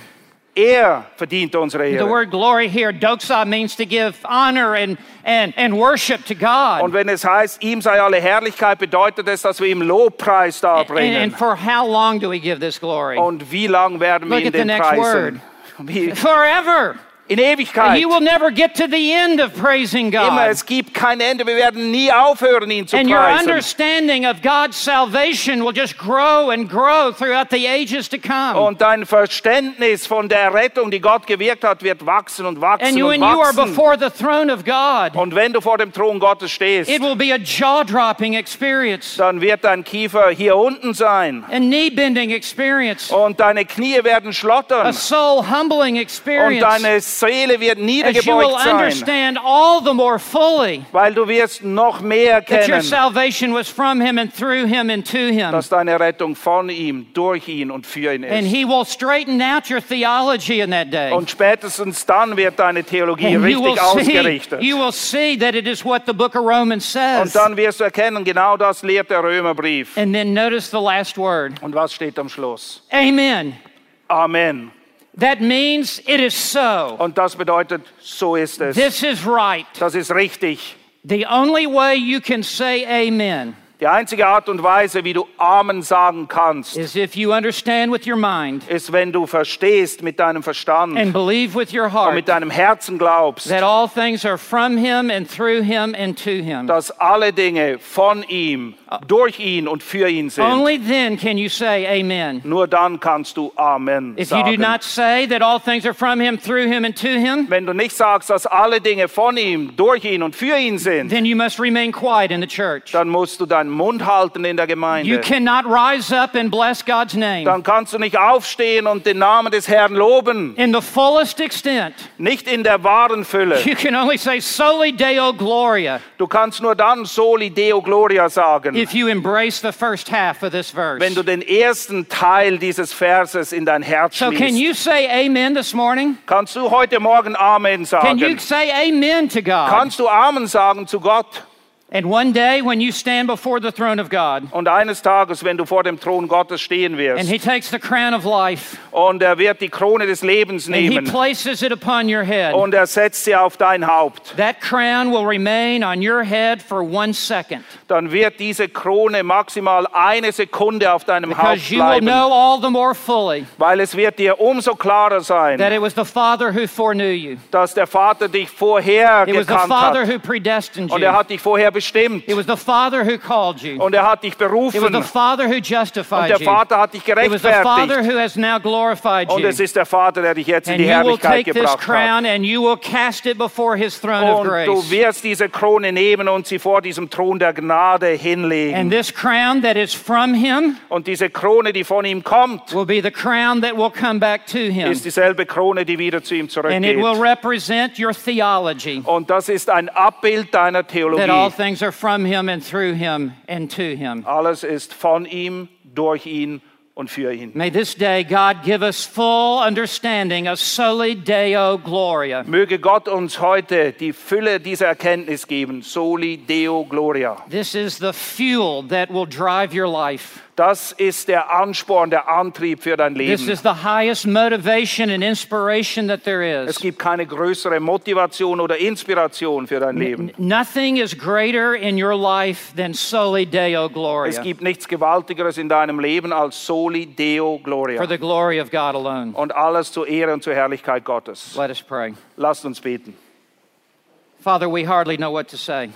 S2: Er verdient unsere
S1: The
S2: Ehre.
S1: word glory here, doxa, means to give honor and, and, and worship to
S2: Und
S1: God.
S2: wenn es heißt, ihm sei alle Herrlichkeit, bedeutet es, dass wir ihm Lobpreis
S1: And, and
S2: darbringen.
S1: for how long do we give this glory?
S2: Und wie lang werden
S1: Look
S2: wir ihn
S1: at the
S2: denn
S1: next
S2: preisen? Wie,
S1: Forever.
S2: in Ewigkeit.
S1: He will never get to the end of praising
S2: Immer,
S1: God.
S2: es gibt kein Ende. Wir werden nie aufhören, ihn zu
S1: And your
S2: preisen.
S1: understanding of God's salvation will just grow and grow throughout the ages to come.
S2: Und dein Verständnis von der Rettung, die Gott gewirkt hat, wird wachsen und
S1: And
S2: wachsen
S1: you,
S2: und
S1: when you are
S2: wachsen.
S1: before the throne of God,
S2: Und wenn du vor dem Thron Gottes stehst,
S1: it will be a jaw dropping experience,
S2: dann wird dein Kiefer hier unten sein.
S1: a knee bending experience,
S2: Und deine Knie werden
S1: a
S2: schlottern.
S1: soul humbling
S2: Und
S1: experience.
S2: deine Seele
S1: As
S2: wird
S1: you will
S2: niedergebeugt sein.
S1: understand all the more fully
S2: Weil du wirst noch mehr
S1: that your
S2: kennen,
S1: salvation was from Him and through Him and to Him.
S2: dass deine Rettung von ihm, durch ihn und für ihn
S1: And
S2: ist.
S1: He will straighten out your theology in that day.
S2: Und spätestens dann wird deine Theologie
S1: And you will
S2: richtig
S1: see,
S2: ausgerichtet.
S1: you will see that it is what the book of Romans
S2: Und
S1: says.
S2: dann wirst du erkennen, genau das lehrt der Römerbrief.
S1: And then notice the last word.
S2: Und was steht am Schluss?
S1: Amen.
S2: Amen.
S1: That means it is so.
S2: Und das bedeutet, so ist es.
S1: This is right.
S2: Das ist richtig.
S1: The only way you can say amen
S2: Die einzige Art und Weise, wie du Amen sagen kannst,
S1: is if you understand with your mind
S2: ist, wenn du verstehst mit deinem
S1: and
S2: Verstand
S1: believe with your
S2: und mit
S1: heart
S2: deinem Herzen glaubst,
S1: that all things are from him and through him and to him.
S2: dass alle Dinge von ihm, durch ihn und für ihn sind.
S1: Only then can you say amen.
S2: Nur dann kannst du Amen
S1: If you do
S2: sagen.
S1: not say that all things are from him, through him, and to him,
S2: Wenn du nicht sagst, dass alle Dinge von ihm, durch ihn und für ihn sind,
S1: then you must remain quiet in the church.
S2: dann musst du deinen Mund halten in der
S1: You
S2: Gemeinde.
S1: cannot rise up and bless God's name
S2: Dann kannst du nicht aufstehen und den Namen des Herrn loben.
S1: in the fullest extent.
S2: Nicht in der wahren Fülle.
S1: You can only say soli deo gloria
S2: Du kannst nur dann Soli Deo Gloria sagen,
S1: if you embrace the first half of this
S2: wenn
S1: verse.
S2: du den ersten Teil dieses Verses in dein Herz
S1: So can
S2: schließt.
S1: you say amen this morning?
S2: Kannst du heute Morgen Amen
S1: Can you
S2: sagen?
S1: say amen to God?
S2: Kannst du Amen sagen zu Gott?
S1: And one day when you stand before the throne of God
S2: Und eines Tages, wenn du vor dem Thron Gottes stehen
S1: and
S2: wirst
S1: he takes the crown of life
S2: und er wird die Krone des Lebens
S1: and he
S2: nehmen
S1: places it upon your head,
S2: und er setzt sie auf dein Haupt,
S1: that crown will remain on your head for one second
S2: dann wird diese Krone maximal eine Sekunde auf deinem Haupt
S1: because you will
S2: bleiben,
S1: know all the more fully
S2: weil es wird dir umso klarer
S1: that
S2: sein,
S1: it was the Father who foreknew you.
S2: dass der Vater dich vorher
S1: It was the
S2: gekannt
S1: Father
S2: hat
S1: who predestined
S2: und er
S1: you.
S2: hat dich vorher bestimmt.
S1: It was the Father who called you.
S2: Und er hat dich
S1: It was
S2: berufen.
S1: the
S2: Und
S1: Father who justified
S2: der
S1: you.
S2: Vater hat dich
S1: It was the Father
S2: gerechtfertigt.
S1: who has now glorified
S2: Und es
S1: you.
S2: ist der Vater, der dich jetzt in
S1: And
S2: die
S1: you will
S2: Herrlichkeit
S1: take this
S2: gebracht hat.
S1: crown and you will cast it before his throne of
S2: Und du
S1: grace.
S2: wirst diese Krone nehmen und sie vor diesem Thron der Gnade
S1: And
S2: hinlegen.
S1: this crown that is from him
S2: Und diese Krone, die von ihm kommt,
S1: will be the crown that will come back to him.
S2: ist dieselbe Krone, die wieder zu ihm
S1: And it will
S2: zurückgeht.
S1: represent your theology
S2: Und das ist ein Abbild deiner
S1: that all
S2: Theologie.
S1: things are from him and through him and to him.
S2: Alles ist von ihm, durch ihn und für ihn.
S1: May this day God give us full understanding of soli deo gloria.
S2: Möge Gott uns heute die Fülle dieser Erkenntnis geben. Soli Deo Gloria.
S1: This is the fuel that will drive your life.
S2: Das ist der Ansporn, der Antrieb für dein
S1: This
S2: Leben.
S1: is the highest motivation and inspiration that there
S2: Es
S1: is.
S2: gibt keine größere Motivation oder Inspiration für
S1: Ne-
S2: dein Leben.
S1: Nothing is greater in your life than soli deo
S2: Es
S1: gloria
S2: gibt nichts Gewaltigeres in deinem Leben als Soli Deo
S1: for
S2: Gloria.
S1: the glory of God alone.
S2: Und alles zur Ehre und zur Herrlichkeit Gottes.
S1: Let us pray.
S2: Lasst uns beten.
S1: Father, we hardly know what to say.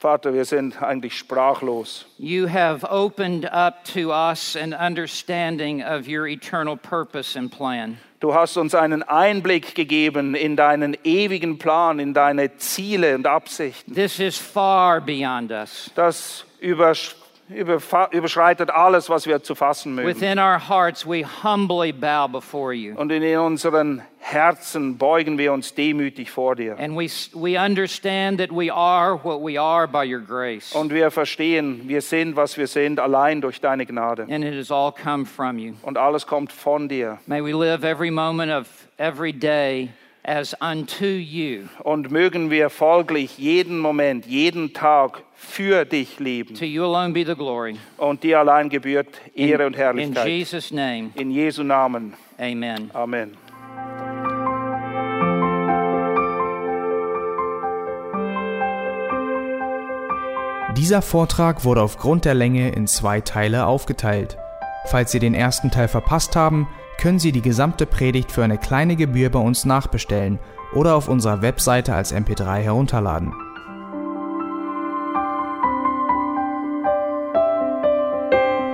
S2: Vater, wir sind eigentlich sprachlos.
S1: You have opened up to us an understanding of your eternal purpose and plan.
S2: Du hast uns einen Einblick gegeben in deinen ewigen Plan, in deine Ziele und Absichten.
S1: This is far beyond us.
S2: Das übersch- überfa- überschreitet alles, was wir zu fassen mögen.
S1: Within our hearts, we humbly bow before you.
S2: Und in unseren Herzen beugen wir uns demütig vor dir.
S1: And we, we understand that we are what we are by your grace.
S2: Und wir verstehen, wir sind, was wir sind, allein durch deine Gnade.
S1: And it has all come from you.
S2: Und alles kommt von dir.
S1: May we live every moment of every day as unto you,
S2: Und mögen wir folglich jeden Moment, jeden Tag für dich leben.
S1: to you alone be the glory.
S2: Und dir allein gebührt Ehre und
S1: In
S2: Herrlichkeit.
S1: Jesus' name,
S2: In Jesu Namen.
S1: amen.
S2: Amen.
S3: Dieser Vortrag wurde aufgrund der Länge in zwei Teile aufgeteilt. Falls Sie den ersten Teil verpasst haben, können Sie die gesamte Predigt für eine kleine Gebühr bei uns nachbestellen oder auf unserer Webseite als MP3 herunterladen.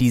S3: Die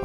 S3: E